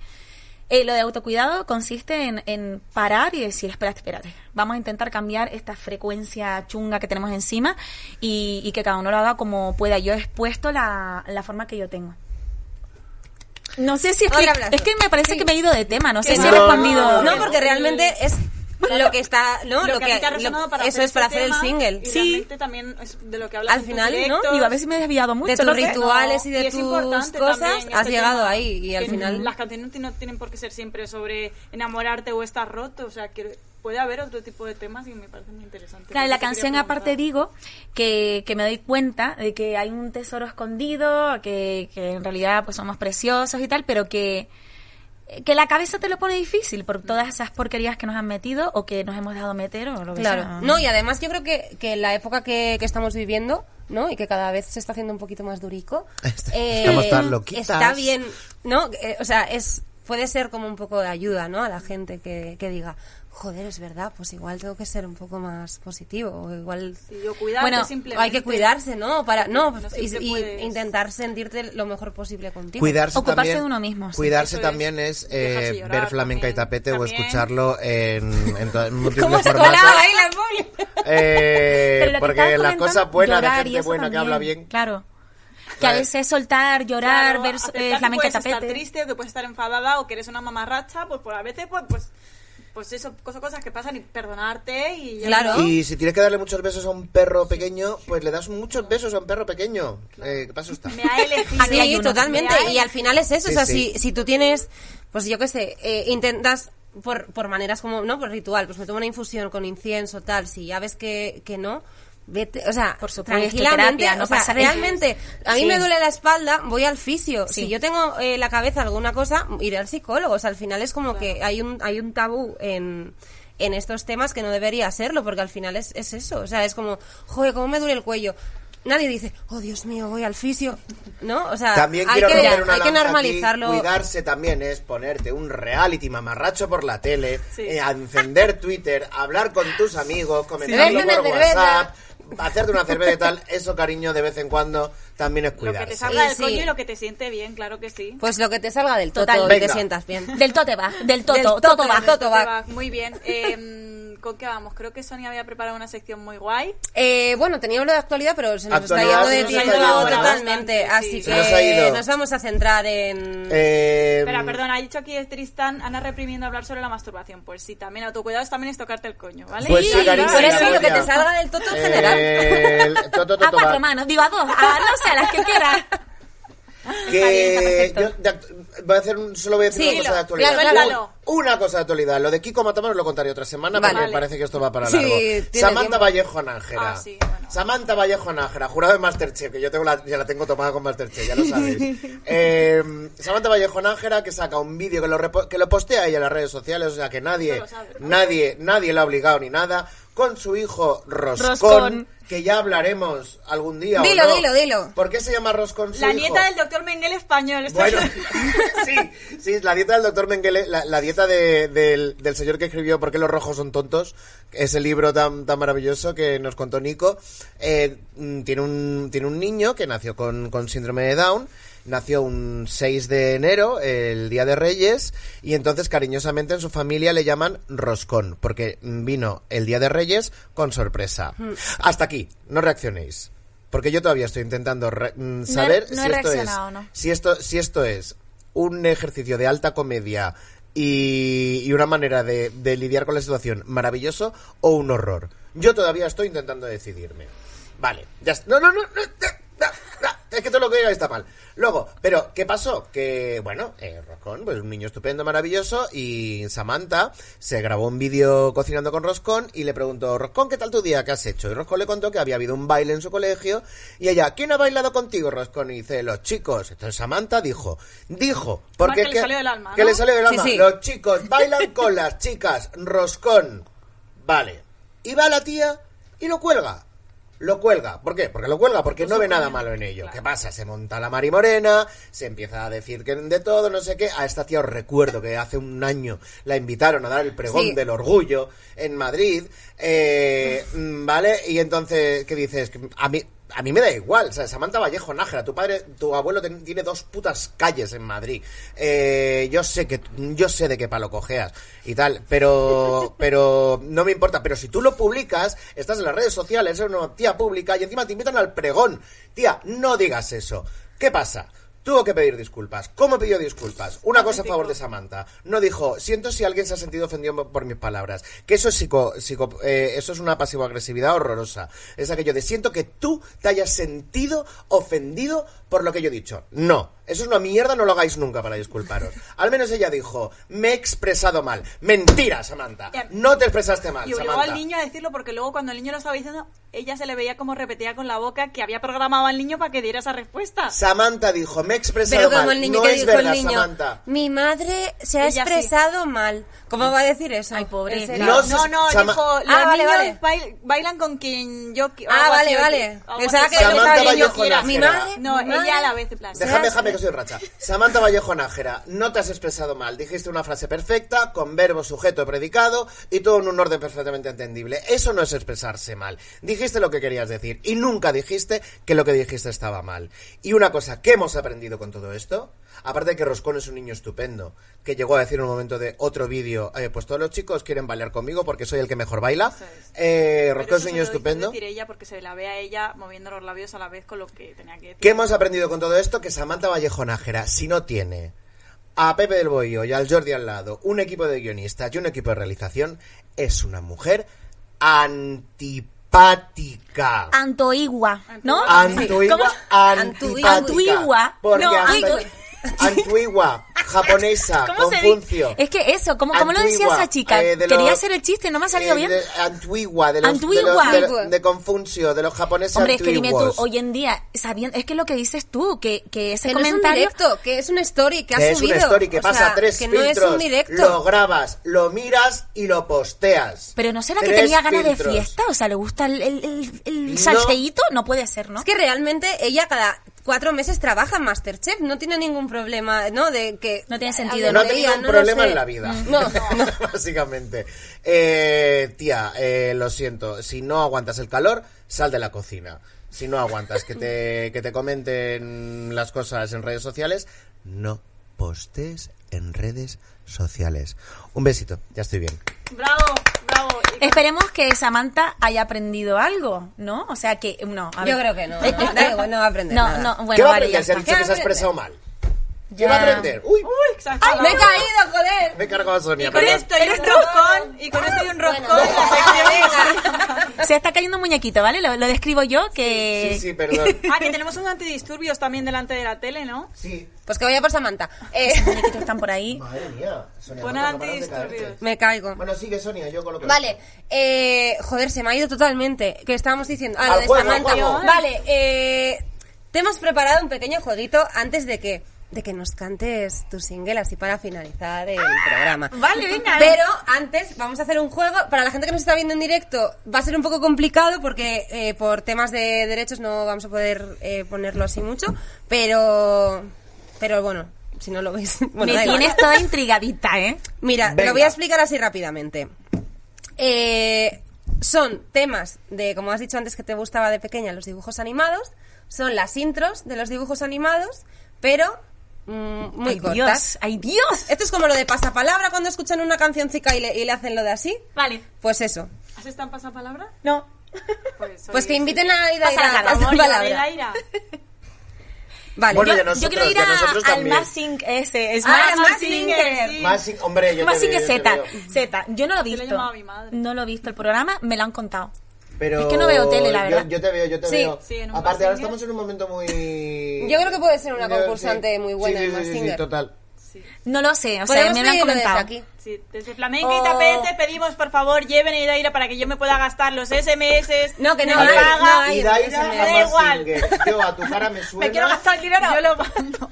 D: Eh, lo de autocuidado consiste en, en parar y decir, espérate, espérate, vamos a intentar cambiar esta frecuencia chunga que tenemos encima y, y que cada uno lo haga como pueda. Yo he expuesto la, la forma que yo tengo. No sé si
B: Otro
D: expli-
B: abrazo.
D: es que me parece
B: Sí.
D: que me he ido de tema, no sé
E: Qué
D: si he
E: bueno.
D: respondido.
B: No, porque realmente es lo que está, ¿no?
E: Lo, que, a ti te ha resonado
B: lo-
E: para
B: eso
E: hacer
B: es para
E: este
B: hacer el
E: tema,
B: single.
E: Y
D: Sí.
E: realmente también es de lo que hablas
B: Al
E: en tus
B: final, ¿no?
E: directos.
D: Digo, a ver si me he desviado mucho.
B: de tus
D: no sé.
B: rituales y de
E: es
B: tus
E: importante
B: cosas,
E: también
B: has
E: este
B: llegado
E: tema,
B: ahí y al
E: que
B: final-
E: Las canciones no tienen por qué ser siempre sobre enamorarte o estar roto, o sea, que puede haber otro tipo de temas y me parece muy interesante.
D: Claro, la
E: Te quería
D: canción
E: preguntar.
D: aparte digo que, que me doy cuenta de que hay un tesoro escondido, que, que en realidad pues somos preciosos y tal, pero que, que la cabeza te lo pone difícil por todas esas porquerías que nos han metido o que nos hemos dejado meter o lo que sea.
E: Ah.
B: Claro. No, y además yo creo que, que la época que, que estamos viviendo, ¿no? Y que cada vez se está haciendo un poquito más
C: [laughs]
B: durico. eh,
C: Estamos tan loquitas.
B: Está bien, ¿no? Eh, o sea, es puede ser como un poco de ayuda, ¿no? A la gente que, que diga, joder, es verdad, pues igual tengo que ser un poco más positivo. O igual...
E: Sí, yo cuidarte
B: bueno,
E: simplemente.
B: hay que cuidarse, ¿no? Para, no,
E: No
B: y,
E: siempre
B: y
E: puedes.
B: intentar sentirte lo mejor posible contigo.
C: Cuidarse
D: Ocuparse
C: también,
D: de uno mismo, sí.
C: Cuidarse
E: Eso es.
C: también es, eh,
E: Dejarse llorar
C: ver flamenca y
E: también.
C: tapete o
E: También.
C: escucharlo en, en, to- en
B: ¿Cómo
C: múltiples
B: se colaba
C: formatos.
B: ahí la poli?
C: Eh,
D: Pero lo que estabas
C: porque la
D: comentando,
C: cosa buena de
D: llorar y
C: gente
D: eso
C: buena que habla
D: también,
C: bien.
D: Claro. Que a
C: Vale.
D: veces soltar, llorar,
E: Claro,
D: ver
E: aceptar
D: eh,
E: que
D: flamenca y
E: puedes estar
D: tapete.
E: triste o que puedes estar enfadada o que eres una mamarracha, pues por a veces pues pues pues eso, cosas, cosas que pasan y perdonarte y ya
B: Claro.
C: Y si tienes que darle muchos besos a un perro pequeño, pues le das muchos besos a un perro pequeño. Eh, ¿Qué pasa está?
E: me ha elegido.
D: Aquí
B: [laughs]
D: hay
B: Sí,
D: uno.
B: totalmente.
E: Me ha
B: Y al final es eso.
C: Sí,
B: o sea,
C: sí.
B: Si, si tú tienes, pues yo qué sé, eh, intentas por, por maneras como, ¿no? Por ritual, pues me tomo una infusión con incienso, tal. Si ya ves que, que no, vete, o sea,
D: Por supuesto,
B: tranquilamente.
D: terapia, no
B: o sea,
D: pasa nada.
B: realmente, a mí
D: Sí.
B: me duele la espalda, voy al fisio.
D: Sí.
B: Si yo tengo eh, la cabeza alguna cosa, iré al psicólogo. O sea, al final es como que hay un, hay un tabú en en estos temas que no debería serlo, porque al final es, es eso. O sea, es como, joder, cómo me duele el cuello. Nadie dice, oh Dios mío, voy al fisio. ¿No? O sea,
C: También
B: hay
C: quiero
B: que,
C: romper una
B: hay que
C: lanza aquí.
B: normalizarlo.
C: Cuidarse también es ponerte un reality mamarracho por la tele,
E: Sí.
C: eh, encender Twitter, hablar con tus amigos, comentarlo
B: Beberte
C: por
B: una cerveza.
C: WhatsApp, hacerte una cerveza y tal. Eso, cariño, de vez en cuando también es
E: Lo que te
C: cuidarse.
E: salga
B: Sí,
E: del
B: sí.
E: coño y lo que te siente bien, claro que sí.
B: Pues lo que te salga del toto
D: Total.
B: y
C: Venga.
B: te sientas bien.
D: Del tote va, del toto,
B: Del
D: toto,
B: tote
D: va.
B: va, toto va.
E: Te va Muy bien. Eh, ¿Con qué vamos? Creo que Sonia había preparado una sección muy guay.
B: [laughs]
C: Em.
B: Eh, bueno, teníamos lo de actualidad, pero se nos
C: Actualidad,
B: está yendo de
C: se nos ha
B: tiempo
C: ido ahora
B: totalmente.
E: bastante, sí.
B: Así
C: Se nos ha
B: que
C: ido.
B: nos, vamos a centrar en...
C: Eh,
E: Espera, perdón, ha dicho aquí es Tristan, Ana reprimiendo hablar sobre la masturbación. Pues sí, también autocuidado es también es tocarte el coño, ¿vale?
C: Pues
B: Sí,
C: sí, cariño,
B: por eso lo que
C: Gloria.
B: te salga del toto en
C: Eh,
B: general.
E: [laughs]
C: el toto,
D: A
E: Ah,
C: toto,
D: cuatro
C: va.
D: manos, digo a dos, a no sé, a las que quieras.
B: [laughs]
C: que yo de act- voy a hacer un, solo voy a decir
B: Sí,
C: una cosa de
B: dilo,
C: actualidad.
B: claro,
E: claro.
C: Un- Una cosa de actualidad. Lo de Kiko Matamoros lo contaré otra semana
B: Vale.
C: porque me
E: Vale.
C: parece que esto va para
B: Sí,
C: largo.
B: tiene
C: Samantha
B: tiempo.
C: Vallejo Nájera.
E: Ah, sí, bueno.
C: Samantha Vallejo Nájera, jurado de Masterchef, que yo tengo la- ya la tengo tomada con Masterchef, ya lo sabéis. Eh, Samantha Vallejo Nájera que saca un vídeo que lo, repo- que lo postea ella en las redes sociales, o sea que nadie,
E: lo sabe.
C: nadie, nadie la ha obligado ni nada, con su hijo Roscón,
D: Roscón.
C: que ya hablaremos algún día. o
B: Dilo,
C: no.
B: dilo, dilo.
C: ¿Por qué se llama Roscón su
E: La
C: hijo?
E: nieta del doctor Mengele español. Esto
C: Bueno, [laughs]
E: es-
C: sí, sí, la dieta del doctor Mengele, la, la dieta de- del, del señor que escribió ¿Por qué los rojos son tontos? Ese libro tan, tan maravilloso que nos contó Nico. eh, mm, tiene, un, tiene un niño que nació con, con síndrome de Down. Nació un 6 de enero, el Día de Reyes, y entonces cariñosamente en su familia le llaman Roscón, porque mm, vino el Día de Reyes con sorpresa.
E: Mm.
C: Hasta aquí, no reaccionéis, porque yo todavía estoy intentando re- mm,
D: he-
C: saber si
D: no he
C: esto es
D: reaccionado, ¿no?
C: si esto, si esto es un ejercicio de alta comedia y, y una manera de, de lidiar con la situación maravilloso o un horror. Yo todavía estoy intentando decidirme. Vale, ya está. No, no, no, no, no, no, no. Es que todo lo que diga está mal. Luego, pero, ¿qué pasó? Que, bueno, eh, Roscón, pues un niño estupendo, maravilloso, y Samantha se grabó un vídeo cocinando con Roscón y le preguntó, Roscón, ¿qué tal tu día? ¿Qué has hecho? Y Roscón le contó que había habido un baile en su colegio y ella, ¿quién ha bailado contigo, Roscón? Y dice, los chicos. Entonces Samantha dijo, dijo, porque
E: que le salió del alma,
C: que
E: ¿no?
C: le salió del
B: Sí,
C: alma.
B: sí.
C: Los chicos bailan con las chicas, Roscón. Vale. Y va la tía y lo cuelga. Lo cuelga. ¿Por qué? Porque lo cuelga, porque no ve nada malo en ello. ¿Qué pasa? Se monta la Mari Morena, se empieza a decir que de todo, no sé qué. A esta tía os recuerdo que hace un año la invitaron a dar el pregón
B: Sí.
C: del orgullo en Madrid. Eh, mm, ¿Vale? Y entonces, ¿qué dices? Que A mí, a mí me da igual. O sea, Samantha Vallejo, Nájera, tu padre, tu abuelo ten- tiene dos putas calles en Madrid. Eh, yo sé que, yo sé de qué palo cojeas y tal, pero, pero no me importa. Pero si tú lo publicas, estás en las redes sociales, eres una tía pública y encima te invitan al pregón. Tía, no digas eso. ¿Qué pasa? Tuvo que pedir disculpas. ¿Cómo pidió disculpas? Una cosa a favor de Samantha. No dijo, siento si alguien se ha sentido ofendido por mis palabras. Que eso es psico, psico- eh, eso es una pasivo-agresividad horrorosa. Es aquello de siento que tú te hayas sentido ofendido por lo que yo he dicho. No. Eso es una mierda, no lo hagáis nunca para disculparos. Al menos ella dijo, me he expresado mal. Mentira, Samantha.
E: Bien.
C: No te expresaste mal,
E: Y obligó
C: Samantha.
E: al niño a decirlo porque luego cuando el niño lo estaba diciendo, ella se le veía como repetía con la boca que había programado al niño para que diera esa respuesta.
C: Samantha dijo, me he expresado
B: Pero como
C: mal.
B: el niño
C: no
B: que
C: es
B: dijo
C: verdad,
B: el niño,
C: Samantha.
B: mi madre se ha
E: Ella sí.
B: expresado mal. ¿Cómo va a decir eso?
D: Ay, pobre.
B: ¿En serio?
C: No, se-
E: No, no,
C: Sama-
E: dijo, los
B: Ah, vale,
E: niños
B: vale.
E: bail- bailan con quien yo quiero.
B: Ah, vale, vale. Pensaba que
C: Samantha
B: estaba
C: Vallejo
B: yo quiera. Mi
C: Nájera.
B: madre.
E: No,
B: mi madre.
E: ella a la vez, en plan.
C: Déjame, déjame que soy racha. Samantha Vallejo Nájera, no te has expresado mal. Dijiste una frase perfecta, con verbo, sujeto, predicado y todo en un orden perfectamente entendible. Eso no es expresarse mal. Dijiste lo que querías decir y nunca dijiste que lo que dijiste estaba mal. Y una cosa que hemos aprendido con todo esto, aparte de que Roscón es un niño estupendo, que llegó a decir en un momento de otro vídeo, eh, pues todos los chicos quieren bailar conmigo porque soy el que mejor baila.
E: es.
C: Eh, Roscón
E: Pero
C: es un niño
E: eso se lo hizo
C: estupendo.
E: decir ella porque se la ve a ella moviendo los labios a la vez con lo que tenía que decir.
C: ¿Qué hemos aprendido con todo esto? Que Samantha Vallejo Nájera, si no tiene a Pepe del Boillo y al Jordi al lado, un equipo de guionistas y un equipo de realización, es una mujer antipática.
D: Antoigua, ¿no?
C: Antigua,
D: ¿Cómo?
C: antipática.
D: Antuigua.
C: Porque
D: No,
C: hasta-
D: antu-
C: antigua, japonesa,
D: [laughs] ¿Cómo se
C: Confuncio.
D: dice? Es que eso, ¿cómo, cómo lo decía
C: Antigua,
D: esa chica?
C: eh, de
D: Quería
C: los-
D: hacer el chiste, no me ha salido
C: eh,
D: bien.
C: de- antigua, de los,
D: Antigua.
C: de los- de los-
B: Antigua.
C: de Confuncio, de los japoneses
D: Hombre, es que dime tú,
C: antiguos.
D: hoy en día, sabiendo, es que lo que dices tú, que, que ese
B: Que no es un
D: comentario...
B: directo, que es una story que ha
C: que
B: subido.
C: es una story que
B: O
C: pasa
B: sea,
C: tres
B: que no
C: filtros,
B: es un directo.
C: lo grabas, lo miras y lo posteas.
D: pero no será que
C: Tres
D: tenía ganas de
C: filtros.
D: fiesta, o sea, le gusta el, el, el- el
C: No.
D: salseíto, no puede ser, ¿no?
B: Es que realmente ella cada cuatro meses trabaja en Masterchef, no tiene ningún problema, ¿no? De que
D: No Mm. tiene
B: a-
D: sentido,
B: a-
C: No ha
B: te
C: tenido
B: digan,
C: un
B: no lo
C: problema
B: sé.
C: en la vida. [laughs]
B: No,
C: Básicamente. Eh, tía, eh, lo siento. Si no aguantas el calor, sal de la cocina. Si no aguantas que
D: [laughs]
C: te, que te comenten las cosas en redes sociales, no postees en redes sociales. Un besito, ya estoy bien.
E: Bravo, bravo. Y-
D: Esperemos que Samantha haya aprendido algo, ¿no? O sea, que, no, a ver.
B: yo creo que
D: [laughs]
B: no. Da igual, no va a aprender
D: No,
B: nada.
D: no,
C: ¿Qué
D: bueno,
C: va a
D: vale, ya
C: aprender? Se ha
D: está.
C: dicho que se ha
B: Ya.
C: expresado mal. ¿Qué
D: Ya.
C: va a aprender? ¡Uy!
E: Uy, se
B: [laughs]
E: ha
B: ¡Ay,
E: acabado.
B: me he caído, joder!
C: Me he cargado a Sonia,
E: Con
C: perdón.
E: esto y un roscón, Ah, y con esto y un roscón, la
D: [laughs]
E: sección.
D: Se está cayendo un muñequito, ¿vale? Lo, lo describo yo, que...
C: Sí, sí, perdón.
E: Ah, que tenemos un antidisturbios también delante de la tele, ¿no?
C: [laughs] Sí.
B: Pues que vaya por Samantha.
E: [laughs]
B: Eh,
D: Los muñequitos están
C: [laughs]
D: por ahí.
C: Madre mía, Sonia.
E: Pon
C: no te acabaron de
E: antidisturbios.
C: caerte.
B: me caigo.
C: Bueno, sigue Sonia, yo coloco.
B: Vale, eh, joder, se me ha ido totalmente. Que estábamos diciendo? Ah,
C: Al
B: lo de
C: juego,
B: Samantha.
C: al juego.
B: Vale, eh, te hemos preparado un pequeño jueguito antes de que de que nos cantes tu single así para finalizar el programa.
D: vale, venga.
B: Pero antes vamos a hacer un juego. Para la gente que nos está viendo en directo va a ser un poco complicado porque eh, por temas de derechos no vamos a poder eh, ponerlo así mucho. Pero, pero bueno, si no lo veis... [laughs] bueno,
D: Me
B: da igual.
D: tienes toda intrigadita, ¿eh?
B: Mira,
C: Venga.
B: lo voy a explicar así rápidamente. Eh, son temas de, como has dicho antes que te gustaba de pequeña, los dibujos animados. Son las intros de los dibujos animados, pero mm, muy
D: ¡Ay,
B: cortas.
D: Dios! ¡Ay, Dios!
B: Esto es como lo de pasapalabra cuando escuchan una cancioncica y le, y le hacen lo de así.
D: Vale.
B: Pues eso.
E: ¿Has estado en pasapalabra?
D: No.
E: Pues, soy-
B: Pues que inviten a Aida
D: Pasa
B: Ira
D: la
B: a
D: cara,
E: Amor, y
B: pasapalabra.
E: Abel Aira.
B: Vale.
C: Bueno,
D: Yo,
C: y a
D: yo
C: nosotros,
D: quiero ir
C: y a
D: a-
C: nosotros
D: al
C: también.
D: Massing ese. Es
B: Ah,
D: más
B: Mazinger,
D: Mazinger.
E: sí.
C: Más, sin- hombre, yo te
D: Mazinger
C: veo, yo te
D: Z.
C: veo.
D: Z. Yo no lo he
E: Yo le
D: visto.
E: llamaba a mi madre.
D: No lo he visto el programa, me lo han contado.
C: Pero
D: Es que no veo tele, la
C: yo-
D: verdad.
C: Yo, te veo, yo te
B: Sí,
C: veo.
E: sí, en un
C: Aparte, ahora
E: Mazinger.
C: estamos en un momento muy.
B: Yo creo que puede ser una
C: Sí,
B: concursante muy buena
C: sí,
B: en
C: sí, sí,
B: Mazinger.
C: Sí, total.
E: Sí.
D: No lo sé, o sea,
B: Podemos
D: me lo han
B: pedirlo desde
D: comentado.
B: aquí.
E: Sí, desde Flamenca y
D: Oh.
E: Tapete pedimos, por favor, lleven a Idaira para que yo me pueda gastar los SMS.
B: No, que no
E: me
B: hay,
E: paga.
B: no hay. Ay,
C: Y Daira
B: me
E: da
C: a
E: igual.
C: Mazinger. Yo a tu cara me suena.
E: [laughs] Me quiero gastar el dinero. Yo [laughs] lo mando.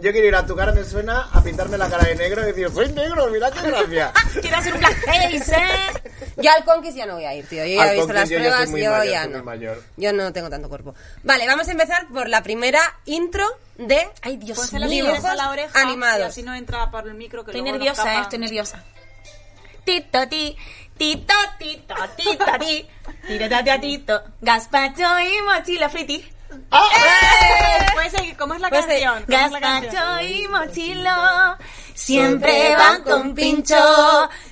C: Yo quiero ir a tu cara me suena a pintarme la cara de negro y decir, soy negro, mira qué gracia.
D: Quiero hacer un blackface, ¿eh?
B: [laughs] Yo al Conquist ya no voy a ir, tío. Yo ya
C: Al
B: he visto
C: Conquist
B: las
C: yo ya
B: pruebas,
C: soy muy
B: yo
C: mayor,
B: ya
C: soy muy
B: no.
C: mayor.
B: Yo no tengo tanto cuerpo. Vale, vamos a empezar por la primera intro de
D: Ay, Dios
E: Pues
D: mío.
E: la oreja
B: animados. eh,
E: Y así no entra por el micro que
D: Estoy
E: luego nos [laughs]
D: nerviosa,
E: tapa.
D: eh, estoy nerviosa. tito, ti, tito, tito, tito, ti, tiro, tito, tito, gazpacho y mochila friti.
E: Puedes seguir, ¿cómo es la
D: Pues, eh,
E: canción? ¿Cómo es la canción?
D: Gazpacho y mochilo siempre van con pincho.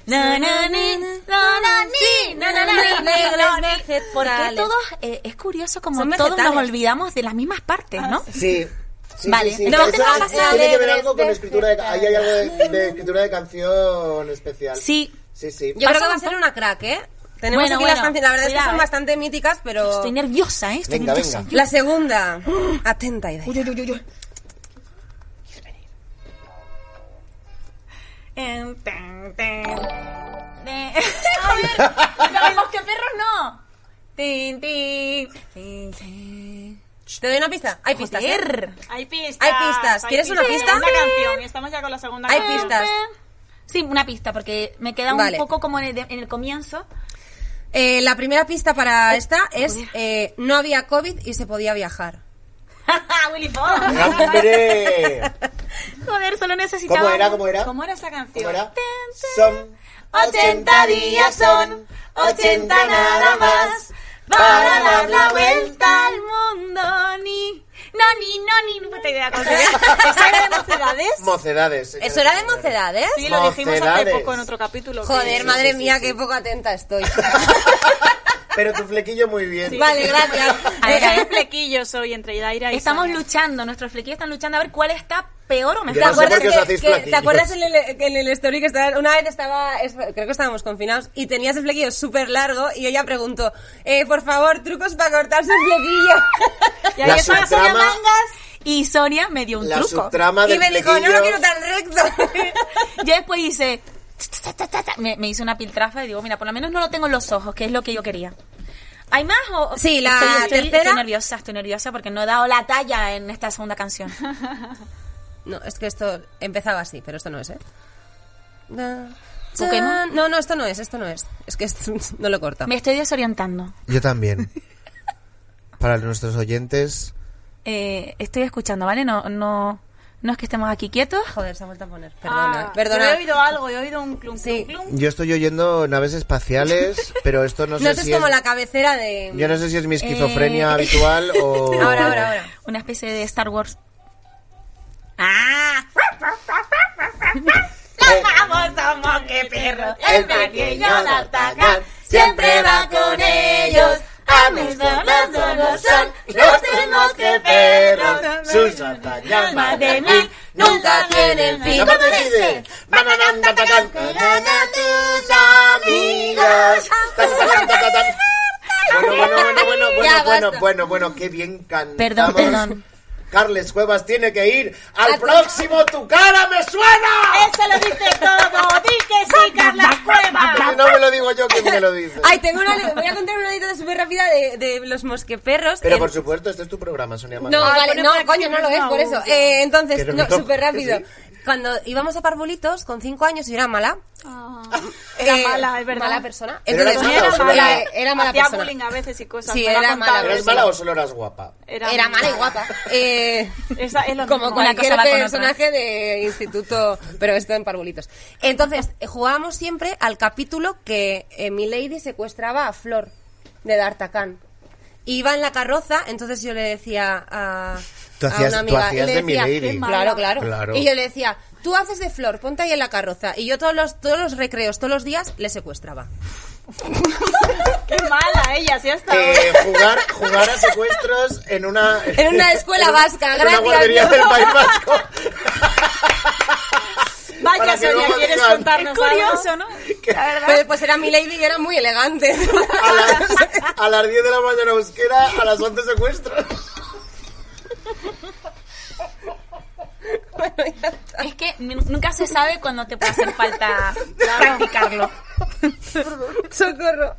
D: Na, na, ni, na, na, ni, na, na, na, ni, negros, ni. Porque todos, eh, es curioso como
B: Son
D: todos nos
B: vegetales.
D: olvidamos de las mismas partes, ¿no?
C: Sí. Sí,
D: Vale.
C: sí, sí.
D: No,
C: De
D: tengo
C: hecho,
D: que pasar
C: tiene que ver
B: de-
C: algo con
B: de-
C: escritura de, ahí hay algo de, de escritura de canción especial.
D: Sí.
C: Sí, sí.
B: Yo creo que
D: Pasa
B: va a
D: un
B: ser
D: po-
B: una crack, ¿eh? Tenemos
D: Bueno,
B: aquí las
D: bueno,
B: canciones, la verdad es que
D: cuidado,
B: son
D: eh.
B: bastante míticas, pero...
D: Estoy nerviosa, ¿eh? Estoy
C: Venga,
D: nerviosa.
C: venga.
B: La segunda. Atenta, Idai.
D: Em, tan, tan. [laughs] Eh, Joder, pero los que perros no. Tin, tin, tin, tin.
B: Te doy una pista. Hay pistas. ¿eh?
D: Joder.
E: Hay pistas.
B: Hay pistas. ¿Quieres una pista?
E: Segunda canción. y Estamos ya con la segunda
D: Em,
B: Hay
E: canción.
B: pistas.
D: Sí, una pista, porque me queda
B: Vale.
D: un poco como en el, de- en el comienzo.
B: Eh, la primera pista
E: Oh,
B: para esta es eh, no había COVID y se podía viajar.
D: Willy
E: Oh,
D: Fox.
C: ¡Hombre!
D: Joder, solo necesitaba.
C: ¿Cómo era? ¿Cómo era?
E: ¿Cómo era esta canción?
C: ¿Cómo era? Son
D: 80 días son 80 nada más para dar la vuelta al mundo. Ni, no, ni, no, ni, no puta
B: [laughs]
D: idea cómo se llama.
E: ¿Esa era de mocedades?
C: Mocedades. señores.
B: Eso era de mocedades.
E: Sí, lo dijimos hace
C: Mocedades.
E: poco en otro capítulo. que-
B: Joder, madre mía, qué poco atenta estoy.
C: Pero tu flequillo muy bien.
B: Vale, [laughs] gracias.
D: A ver, a
E: Era
D: ver.
E: un flequillo soy entre Idaira y
D: Estamos
E: Sonia.
D: luchando, nuestros flequillos están luchando a ver cuál está peor o
C: Yo
D: mejor.
C: no sé por qué os
B: que-
C: hacéis
B: que- ¿Te
C: flaquillos?
B: acuerdas en el, en el story que estaba, una vez estaba, es- creo que estábamos confinados y tenías el flequillo súper largo y ella preguntó, eh, por favor, trucos para cortarse el flequillo.
E: Y ahí
C: La
E: está
C: subtrama-
E: Sonia Mangas.
D: Y Sonia me dio un
C: La
D: truco.
C: subtrama del
B: y me dijo, no
C: flequillo-
B: lo quiero tan recto. [laughs]
D: Yo después hice. tss, tss, tss, tss, tss, Me, me hice una piltrafa y digo, mira, por lo menos no lo tengo en los ojos, que es lo que yo quería. ¿Hay más? O, o-
B: Sí, la
D: estoy, estoy-
B: tercera.
D: estoy nerviosa, estoy nerviosa porque no he dado la talla en esta segunda
B: [laughs]
D: canción.
B: No, es que esto empezaba así, pero esto no es, ¿eh? Na-
D: ¿Pokémon?
B: No, no, esto no es, esto no es. Es que esto [laughs] no lo corta.
D: Me estoy desorientando.
C: Yo también. Para nuestros oyentes.
D: Eh, estoy escuchando, ¿vale? No, no, no es que estemos aquí quietos.
B: Joder, se ha vuelto a poner. Perdona,
E: Ah,
B: eh, perdona.
E: Yo he oído algo, he oído un clum,
B: Sí.
E: clum, clum.
C: Yo estoy oyendo naves espaciales, pero esto no
B: No,
C: sé
B: esto
C: si
B: es como
C: es...
B: la cabecera de...
C: Yo no sé si es mi esquizofrenia
D: Eh.
C: habitual o...
B: Ahora, ahora, ahora.
D: Una especie de Star Wars. ¡Ah!
B: Eh.
D: ¡Vamos, somos que perro!
C: El pequeño D'Artagnan
D: siempre va con ellos. A mis perros no son los mismos que perros.
C: Sus D'Artagnan
D: Más de mil nunca tienen fin.
C: ¿Cómo dice? Bananán, tatacán, tanan a tus amigos. Tatacán, tatacán. Bueno, bueno, bueno, bueno, bueno,
B: Ya,
C: bueno,
B: basta.
C: bueno, bueno, qué bien cantamos.
D: Perdón, perdón.
C: Carles Cuevas tiene que ir al
B: Al-
C: próximo Tu cara me suena.
E: ¡Eso lo dices todo! ¡Di que sí, Carla Cueva!
C: Si no me lo digo yo, ¿quién me lo dice?
B: Ay, tengo una... Voy a contar una anécdota súper rápida de, de los mosqueperros.
C: Pero
B: En-
C: por supuesto, este es tu programa, Sonia
B: Em, No,
C: Mangano.
B: vale,
E: pone
B: no,
E: por aquí
B: coño, no lo es,
E: mismo
B: por
E: aún.
B: eso. Eh, entonces,
C: Pero
B: no,
C: no,
B: súper rápido.
C: sí.
B: Cuando íbamos a Parvulitos, con cinco años, yo era mala.
E: Ah.
B: Eh,
E: Era mala, es verdad.
B: Mala persona.
C: Pero era
B: Entonces,
C: mala o solo era-
B: eh, era mala
E: Hacía
B: persona.
E: bullying a veces y cosas.
B: Sí,
E: me lo ha
B: era
E: contado.
B: mala
C: ¿Eres
B: persona.
C: mala o solo eras guapa?
B: Era mala y guapa. Eh,
E: Esa es lo
B: como
E: mismo.
D: Una
B: cualquier
D: cosa va con
B: personaje de instituto, pero esto en parvulitos. Entonces, eh, jugábamos siempre al capítulo que eh, Milady secuestraba a Flor de D'Artacán. Iba en la carroza, entonces yo le decía a,
C: Tú
B: a
C: hacías-
B: una
C: tú
B: amiga,
C: hacías
B: le
C: de
B: decía,
C: Milady. Qué
B: claro,
E: mala.
B: claro,
C: Claro.
B: Y yo le decía, tú haces de Flor, ponte ahí en la carroza. Y yo todos los, todos los recreos, todos los días, le secuestraba.
E: Qué mala ella, sí, hasta ahora.
C: Eh, jugar, jugar a secuestros en una...
B: [laughs] En una escuela
C: en un-
B: vasca,
C: En una
B: gracias,
C: guardería
B: no.
C: del País Vasco. para
E: Vaya,
C: que
E: Sonia,
C: luego
E: ¿quieres
C: digan-
E: contarnos
D: Es curioso, ¿no? La verdad.
B: Pero pues era Milady y era muy elegante. [laughs]
C: A las, a las 10 de la mañana euskera, a las 11 secuestros.
D: Es que n- nunca se sabe cuándo te puede hacer falta practicarlo.
B: Socorro.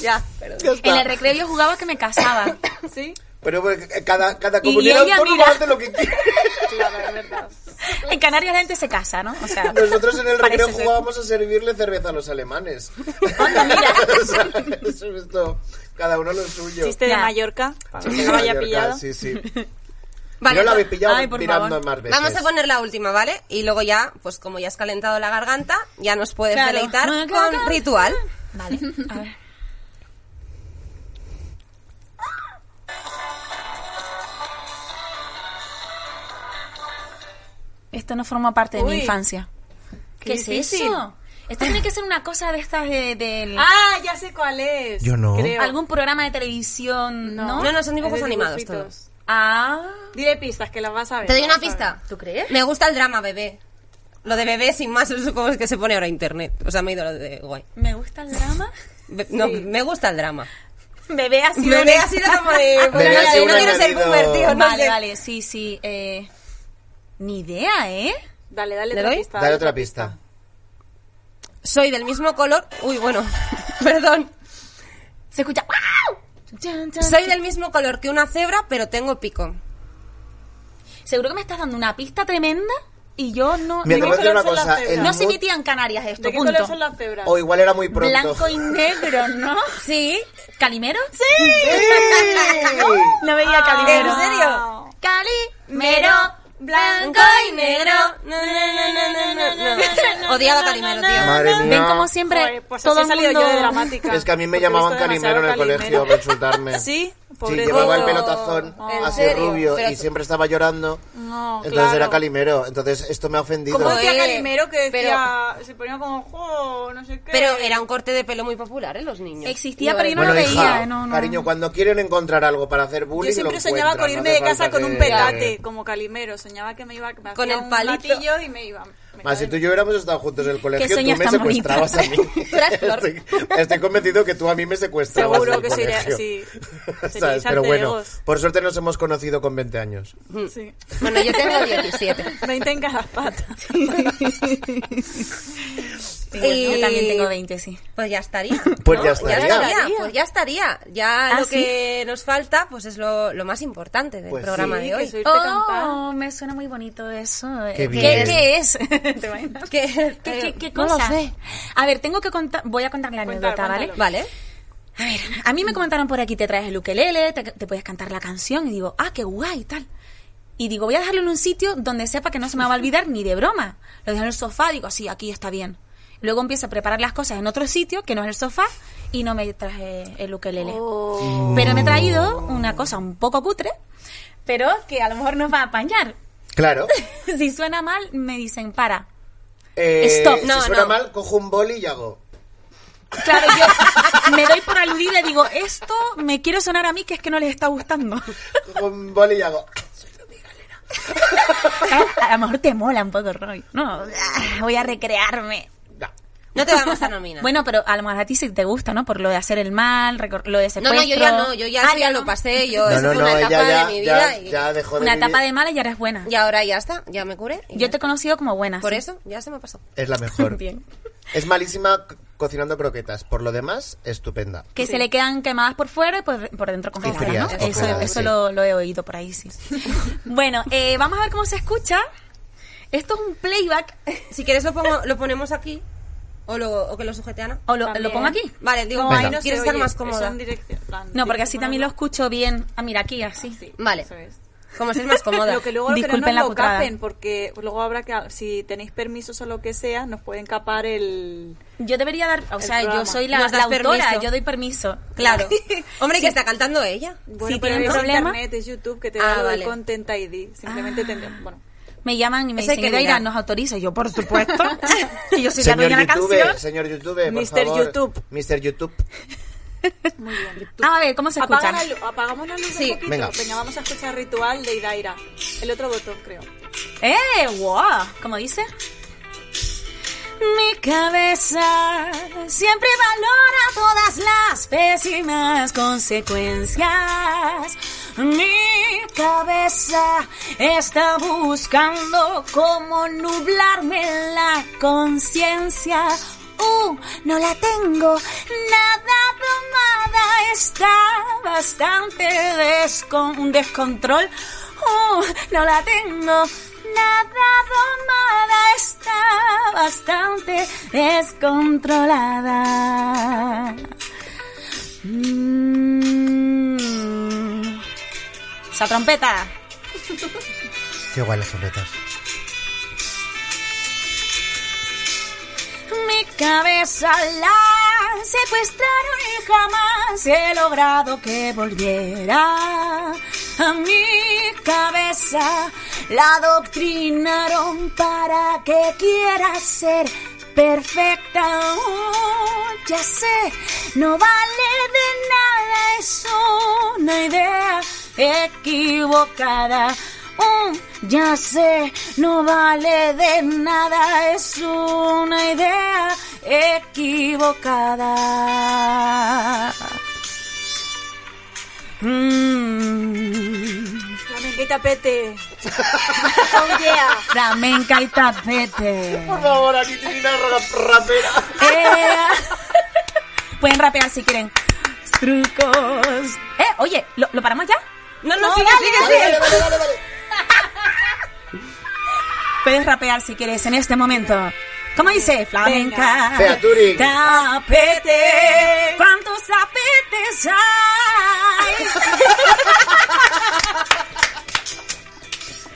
B: Ya, perdón.
C: Ya está.
D: En el recreo yo jugaba que me casaba.
E: algo? Sí,
C: Pero bueno, cada, cada
D: Y
C: comunidad
D: ella
C: autónoma
D: mira.
C: hace lo que quiere.
E: claro, es verdad.
D: En Canarias la gente se casa, ¿no? O sea,
C: Nosotros en el
D: parece
C: recreo
D: ser.
C: jugábamos a servirle cerveza a los alemanes.
D: Anda, mira.
C: [laughs] O sea, eso es todo. Cada uno lo suyo.
E: Chiste de
D: Ya.
E: Mallorca, para que
C: Chiste de
E: no lo
B: [laughs]
E: haya
C: Mallorca,
E: pillado.
C: Sí, sí. Si no lo habéis pillado
D: Ay, por
C: mirando
D: favor.
C: más veces.
B: Vamos a poner la última, ¿vale? Y luego ya, pues como ya has calentado la garganta, ya nos puedes
D: Claro.
B: deleitar
D: No, claro,
B: con
D: claro.
B: ritual.
D: Vale, a ver. Esto no forma parte de mi
E: Uy.
D: infancia.
E: Qué difícil.
D: Esto tiene que ser una cosa de estas de, del-
E: [laughs] Ah, ya sé cuál es.
C: Yo no.
E: Creo.
D: algún programa de televisión, ¿no?
B: No, no, son dibujos
E: Es de
B: animados
E: dibujitos.
D: Ah,
E: Dile pistas que las vas a ver.
B: Te doy una
E: vas a
B: pista.
D: ¿tú crees?
B: Me gusta el drama, bebé. Lo de bebé, sin más, [laughs] es como es que se pone ahora internet. O sea, me he ido lo de guay.
D: Me gusta el drama.
B: Be- No, me gusta el drama.
D: Bebé ha sido
B: Bebé
D: un-
B: ha sido como [laughs]
D: [laughs]
B: de...
C: Bebé ha sido
B: no
C: un
B: quiero ser
C: añadido.
B: boomer, tío, no
D: Vale,
B: sé.
D: vale, sí, sí. eh, ni idea, ¿eh?
E: ver. Dale, dale
B: ¿Le
E: otra
B: doy?
E: pista.
C: Dale otra pista.
B: Soy del mismo color... Uy, bueno, [laughs] perdón.
D: Se escucha. ¡Wow! Chan, chan.
B: Soy del mismo color que una cebra, pero tengo pico.
D: Seguro que me estás dando una pista tremenda y yo no.
C: [laughs] Mira, te
E: ¿De
C: voy a
E: qué
C: decir una
E: color son
C: cosa.
E: las
C: el
E: cebras?
D: No se
C: mood-
D: emitía en Canarias esto,
E: ¿De qué
D: punto.
E: color son las cebras?
C: O igual era muy pronto.
D: Blanco y negro, [laughs] ¿no?
B: Sí.
D: ¿Calimero? ¡Sí! No veía Calimero.
B: ¿En serio?
D: Calimero, blanco y negro.
B: No, no, no, no, no, no, no. [laughs] Odiaba a Calimero, tío.
C: Madre mía.
D: Ven como siempre
E: Joder, pues
D: todo
E: así
D: el
E: he salido
D: mundo...
E: yo de
D: [laughs]
E: dramática.
C: Es que a mí me
E: Porque he
C: llamaban
E: visto
C: Calimero en el
E: demasiado
C: colegio para
E: Calimero.
C: insultarme.
E: [laughs] Sí,
C: Sí,
E: pobre
C: llevaba el
B: tío.
C: pelo tazón
B: ¿En
C: así
B: serio?
C: rubio
B: Pero
C: y
B: tú-
C: siempre estaba llorando.
E: No,
C: Entonces
E: claro.
C: era Calimero. Entonces esto me ha ofendido.
E: Como decía
B: Eh,
E: Calimero que decía, se ponía como, jo, no sé qué.
B: Pero era un corte de pelo muy popular en los niños.
D: Existía,
B: Yo
D: pero yo
B: era-
D: no
C: bueno,
D: lo veía.
C: hija,
D: eh, no, no.
C: cariño, cuando quieren encontrar algo para hacer bullying,
E: Yo siempre
C: lo
E: soñaba con
C: encuentran,
E: irme
C: no
E: de
C: hace
E: casa
C: falta
E: con un
C: que-
E: pelate, como Calimero. Soñaba que me iba, me
B: Con
E: hacía
B: el
E: un
B: palito.
E: gatillo y me iba. me
C: Más si tú y yo hubiéramos estado juntos en el colegio, tú
D: sueños
C: me
D: tan
C: secuestrabas a mí.
B: eras flor.
C: [laughs] estoy, estoy convencido que tú a mí me secuestrabas.
E: [laughs] Seguro
C: en el
E: que sería-
C: colegio.
E: sí.
C: [laughs] ¿Sabes?
E: Seríais
C: Pero bueno,
E: alteregos.
C: por suerte nos hemos conocido con 20 años.
B: Mm.
E: caí. Sí.
B: Bueno, yo [laughs] tengo 17.
E: 20 en cada pata.
B: Y-
D: Yo también tengo 20, sí.
B: Pues ya estaría.
C: Pues
B: ¿no?
C: ya estaría.
B: Pues ya estaría. Ya
D: Ah,
B: lo que nos falta, pues es lo, lo más importante del
C: Pues
B: programa
E: sí,
B: de
E: que
B: hoy.
E: soy- Irte
D: Oh,
E: cantar.
D: me suena muy bonito eso.
C: Qué
D: ¿Qué,
C: bien.
D: qué es? [laughs] ¿Te imaginas?
B: ¿Qué,
D: ¿Qué,
B: eh,
D: qué- qué
B: no lo
D: cosa?
B: sé.
D: A ver, tengo que contar. Voy a contar la
E: Cuéntalo,
D: anécdota, ¿vale?
E: cuéntalo.
B: Vale.
D: A ver, a mí me comentaron por aquí: te traes el ukelele, te, te puedes cantar la canción. Y digo, ah, qué guay, tal. Y digo, voy a dejarlo en un sitio donde sepa que no se me va a olvidar ni de broma. Lo dejo en el sofá, digo, sí, aquí está bien. Luego empiezo a preparar las cosas en otro sitio que no es el sofá y no me traje el ukelele. Pero me he traído una cosa un poco cutre, pero que a lo mejor nos va a apañar. [laughs]
C: Claro.
D: si suena mal, me dicen para.
C: Eh,
D: Stop.
C: Si
B: No,
C: suena
B: no.
C: mal, cojo un boli y hago.
D: Claro, yo me doy por aludida y digo, esto me quiere sonar a mí que es que no les está gustando.
C: Cojo un boli y hago.
D: A, a lo mejor te mola un poco, Roy. No, Ah, voy a recrearme.
C: No.
B: No te vamos a nominar.
D: Bueno, pero a lo mejor a ti sí te gusta, ¿no? Por lo de hacer el mal, recor- lo de
B: no,
D: secuestro.
B: no, yo ya no. Yo ya,
D: Ah,
B: eso ya lo pasé. Yo,
C: No,
B: eso
C: no,
B: fue una
C: no, ella
B: etapa
C: ya,
B: de mi vida.
C: ya,
B: y,
C: ya dejó de
D: Una
C: vivir.
D: etapa de mala y ahora es buena.
B: y ahora ya está. Ya me curé. y
D: Yo
B: ya
D: te he
B: está.
D: conocido como buena.
B: Por
D: sí. [laughs]
B: eso, ya se me pasó.
C: Es la mejor.
D: Bien.
C: Es malísima co- cocinando croquetas. Por lo demás, estupenda.
D: Que se le quedan quemadas por fuera y por, por dentro congeladas,
C: frías,
D: ¿no?
C: o
D: Eso,
C: congeladas,
D: eso
C: sí.
D: lo, lo he oído
B: [laughs]
D: por ahí, sí. bueno, eh, vamos a ver cómo se escucha. Esto es un playback.
B: Si quieres lo, pongo, lo ponemos aquí. O, lo, o que lo sujete Ana.
D: ¿O lo,
E: También.
D: lo pongo aquí?
B: Vale, digo,
E: No,
C: Venga.
E: ahí no se
B: quieres estar
E: oye,
B: más
E: eso
B: cómoda.
E: en dirección, plan,
D: No, porque así
E: dirección
D: también lo
E: al-
D: escucho bien. Ah, mira, aquí, así.
E: Sí,
B: Vale.
E: eso es.
B: Como ser más cómoda.
E: [laughs] Lo que luego que
D: Disculpen
E: no
D: la
E: nos lo
D: cutrada.
E: capen, porque luego habrá que, si tenéis permisos o lo que sea, nos pueden capar el...
D: Yo debería dar, o
E: El
D: sea, yo
E: programa.
D: soy la,
B: Nos das
D: la autora,
B: permiso.
D: yo doy permiso.
E: [laughs]
B: Claro. Hombre,
D: Sí.
B: que está cantando ella.
E: Bueno,
D: Si
E: pero
D: tienen
E: es
D: problema-
E: internet, es YouTube, que te
B: Ah,
E: da lo del
B: vale.
E: Content ID. Simplemente tendremos... Bueno,
D: [laughs] Me llaman y me
B: Eso hay que
D: dicen, Iraira,
B: mirar.
D: nos autoriza. Yo, por
B: [laughs]
D: supuesto. [laughs] que yo soy la
C: Señor
D: dueña de la canción.
C: YouTube, señor YouTube, por
E: Mister
C: favor.
E: YouTube.
C: Mr. YouTube.
E: muy bien.
D: Ah, a ver, ¿cómo se escucha?
E: Apaga la lu- apagamos la luz
B: Sí.
E: un poquito.
C: Venga.
E: vamos a escuchar Ritual de Idaira. El otro botón, creo.
D: ¡Eh! ¡Wow! ¿Cómo dice? Mi cabeza siempre valora todas las pésimas consecuencias. Mi cabeza está buscando cómo nublarme la conciencia. Uh, no la tengo nada domada, está bastante descon- un descontrol. Uh, no la tengo nada domada, está bastante descontrolada. Mm. Esa trompeta.
C: Qué guay las sombretas.
D: Mi cabeza la secuestraron y jamás he logrado que volviera. A mi cabeza la adoctrinaron para que quiera ser perfecta. Oh, ya sé, no vale de nada, es una idea equivocada. Oh, ya sé, no vale de nada, es una idea equivocada. Mm.
E: Flamenca y tapete. Oh,
D: [laughs]
E: yeah.
D: Flamenca y tapete.
C: Por favor, aquí tiene una ra- rapera.
D: Eh, pueden rapear si quieren. Trucos. Eh, oye, ¿lo, lo paramos ya?
E: No, no,
D: No,
E: sigue,
D: dale,
E: sigue,
D: dale,
E: sigue.
C: Vale, vale, vale, vale.
D: Puedes rapear si quieres en este momento. ¿Cómo dice? Flamenca.
C: Venga. Featuring.
D: Tapete. ¿Cuántos tapetes hay?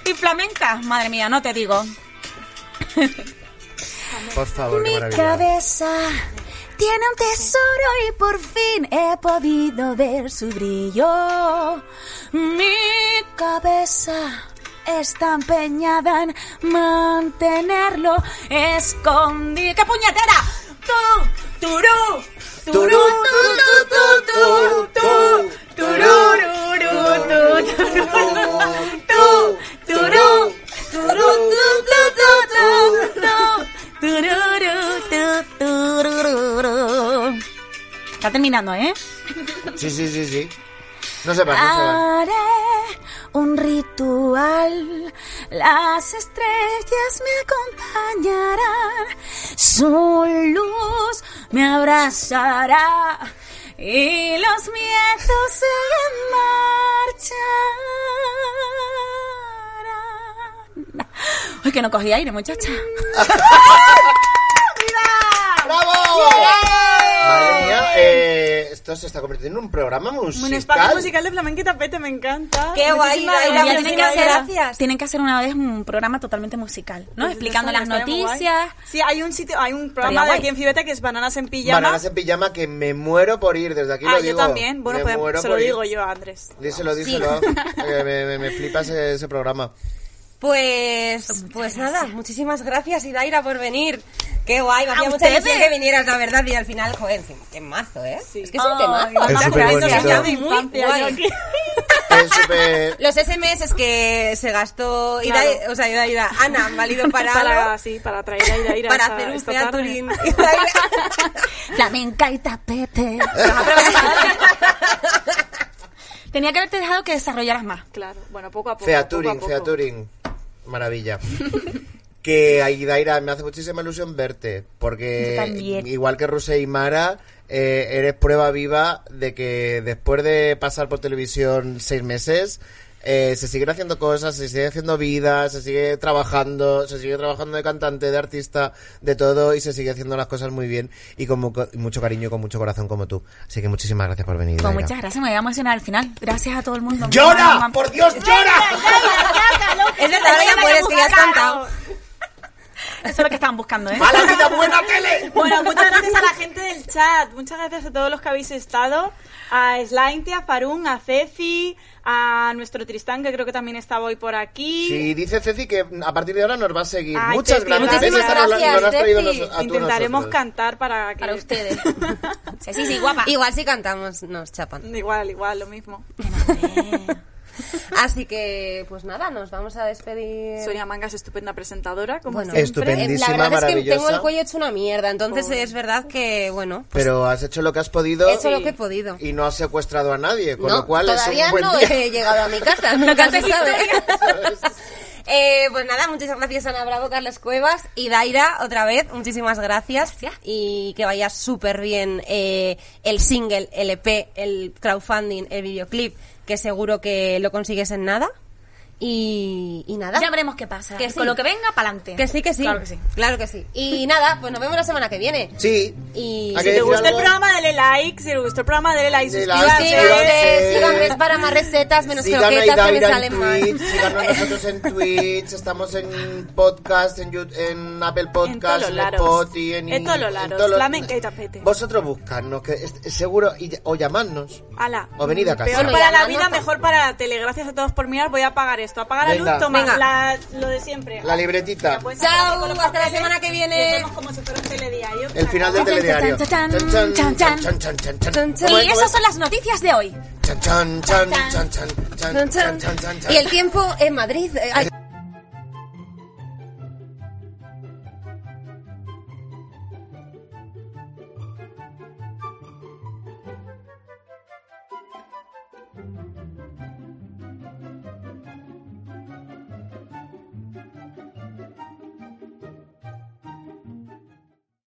D: y flamenca. Madre mía, no te digo.
C: Por favor, qué
D: Mi
C: maravilla.
D: cabeza tiene un tesoro y por fin he podido ver su brillo. Mi cabeza está empeñada en mantenerlo escondido. ¡Qué puñetera! ¡Tú! ¡Turú! ¡Turú! ¡Tú, tú, tú, tú, tú! ¡Turururú, tú, tú, tú, turú! ¡Turú, tú, tú, tú, tú, tú! ¡Tururú, tú, tururú! Está terminando, ¿eh?
C: Sí, sí, sí, sí. No se va, no se
D: Ah.
C: va.
D: Haré un ritual, las estrellas me acompañarán, su luz me abrazará y los miedos se marcharán. Ay, que no cogí aire, muchacha.
C: ¡Bravo! Madre mía, eh, esto se está convirtiendo en un programa musical.
E: Un espacio musical de flamenca y tapete, me encanta.
B: Qué guay,
E: Muchísimas
B: Laura,
E: gracias,
B: ya
D: tienen,
B: muchísimas
D: que
E: muchísimas
D: hacer,
E: gracias.
B: gracias.
D: tienen que hacer una vez un programa totalmente musical, ¿no?
E: Pues
D: Explicando
E: eso
D: las
E: estaría muy guay.
D: noticias.
E: Sí, hay un sitio, hay un programa de
D: guay.
E: aquí en Fibeta que es Bananas en Pijama.
C: Bananas en pijama que me muero por ir, desde aquí
E: ah,
C: lo
E: yo
C: digo.
E: también. Bueno,
C: Me
E: pues,
C: muero
E: se lo
C: por ir.
E: digo yo a
B: [laughs]
E: Andrés.
C: Díselo,
E: [laughs]
C: díselo. Eh, me, me- me flipa ese, ese programa.
B: Pues, pues nada, muchísimas gracias Idaira por venir. Qué guay, me
D: A
B: hacía mucha ilusión
D: ustedes.
B: que vinieras, la verdad, y al final, joder, qué- qué mazo, ¿eh? Es que es un
D: Ay,
B: temazo.
D: Es
B: Muchas
C: superbonito.
B: gracias,
E: Eso
B: está
E: es
C: Muy
E: mi infancia,
B: guay.
E: yo aquí.
C: Es súper...
B: Los SMS que se gastó Ida-
E: Claro.
B: o sea, Ida, Ida, Ana, han valido para, algo,
E: sí, para traer a Ida Ira
B: para
E: esta-
B: hacer un
E: esta tarde. [laughs]
B: featuring. Idaira.
D: Flamenca y tapete. [laughs] Tenía que haberte dejado que desarrollaras más.
E: Claro, bueno, poco a poco.
C: Featuring,
E: poco a poco.
C: featuring. Maravilla. [laughs] que Aidaira, me hace muchísima ilusión verte, porque
D: Yo también.
C: igual que Ruse y Mara, eh, eres prueba viva de que después de pasar por televisión seis meses, eh, se siguen haciendo cosas, se sigue haciendo vida, se sigue trabajando, se sigue trabajando de cantante, de artista, de todo, y se sigue haciendo las cosas muy bien y con mu- con mucho cariño, y con mucho corazón como tú. Así que muchísimas gracias por venir.
D: Pues
C: Idaira.
D: muchas gracias, me voy a emocionar al final. Gracias a todo el mundo.
C: ¡Llora! ¡Por Dios,
E: [laughs]
C: llora!
B: Es verdad, ahora ya puedes, pues, que ya has cantado.
D: Eso es lo que estaban buscando, ¿eh?
C: ¡A la vida buena tele!
E: Bueno, muchas gracias a la gente del chat, muchas gracias a todos los que habéis estado, a Slainte, a Farun, a Ceci, a nuestro Tristán, que creo que también estaba hoy por aquí.
C: Sí, dice Ceci que a partir de ahora nos va a seguir.
E: Ay,
C: Muchas
E: Ceci,
C: gracias.
B: muchísimas
C: Ceci, nos lo-
B: gracias,
C: nos lo has traído
B: Ceci.
C: nos- a tú
E: Intentaremos
C: nosotros.
E: cantar para que...
D: Para ustedes. Sí, sí, sí, guapa.
B: Igual si cantamos nos chapan.
E: [laughs] Igual, igual, lo mismo.
B: [laughs] Así que, pues nada, nos vamos a despedir.
E: Sonia Manga es estupenda presentadora, como
B: Bueno,
E: siempre.
C: Estupendo.
B: Eh, La
C: Lindísima,
B: verdad es que tengo el
C: maravillosa.
B: cuello hecho una mierda, entonces es verdad que, bueno,
C: Pero has hecho lo que has podido
B: he hecho lo que he podido.
C: y no has secuestrado a nadie, con
B: no,
C: lo cual es
B: todavía
C: un buen
B: no
C: día.
B: he llegado a mi
C: [laughs]
B: casa, nunca se sabe. [laughs] Eh, pues nada, muchas gracias Ana Bravo, Carlos Cuevas y Daira otra vez, muchísimas gracias, y que vaya súper bien eh, el single, el EP, el crowdfunding, el videoclip, que seguro que lo consigues en nada. Y, y nada.
D: Ya veremos qué pasa.
B: Que sí.
D: Con lo que venga, pa'lante.
B: Que sí, que sí.
D: Claro que sí.
B: Claro que sí. Y nada, pues nos vemos la semana que viene.
C: Sí,
B: Y
C: ¿A
E: Si
C: qué
E: te
C: decir
E: gusta el
C: algo?
E: programa, dale like. Si te gustó el programa, dale like.
C: Dale like,
E: suscríbete.
B: síganme,
C: suscríbete.
B: síganme para más recetas, menos
C: Sigan a
B: croquetas que me
C: Idaira en
B: salen mal.
C: Twitch, sigan a
B: [laughs]
C: nosotros en Twitch, estamos en podcast, en, Yout- en Apple
E: En todos
C: Podcast,
E: los
C: en,
E: lados.
C: Spotify, en,
E: En todos los laros.
C: todos los-
E: Flamenca y tapete.
C: Vosotros buscadnos, que es- seguro, y, o llamadnos.
E: Ala.
C: O venid a casa.
E: Peor
B: Bueno,
E: para
B: ya
E: la
B: no,
E: vida,
B: no.
E: mejor para la tele. Gracias a todos por mirar. Voy a apagar esto. Apaga la
C: Venga.
E: luz, toma.
B: Venga.
E: La- lo de siempre.
C: La libretita.
E: Pues
B: Chao,
E: con los
B: hasta la
E: papeles
B: semana que viene.
E: y hacemos como si fuera un telediario.
C: El final del
D: Chan, chan,
C: telediario.
D: chan,
C: Chan, chan,
D: chan,
C: chan,
D: chan,
C: chan, chan, chan.
B: Chan, chan.
C: ¿Cómo
D: Y
C: es? ¿Cómo
D: esas
C: es?
D: son las noticias de hoy.
C: Chan, chan, chan, chan, chan, chan, chan, chan, chan, chan.
B: Y el tiempo en Madrid. eh, ay.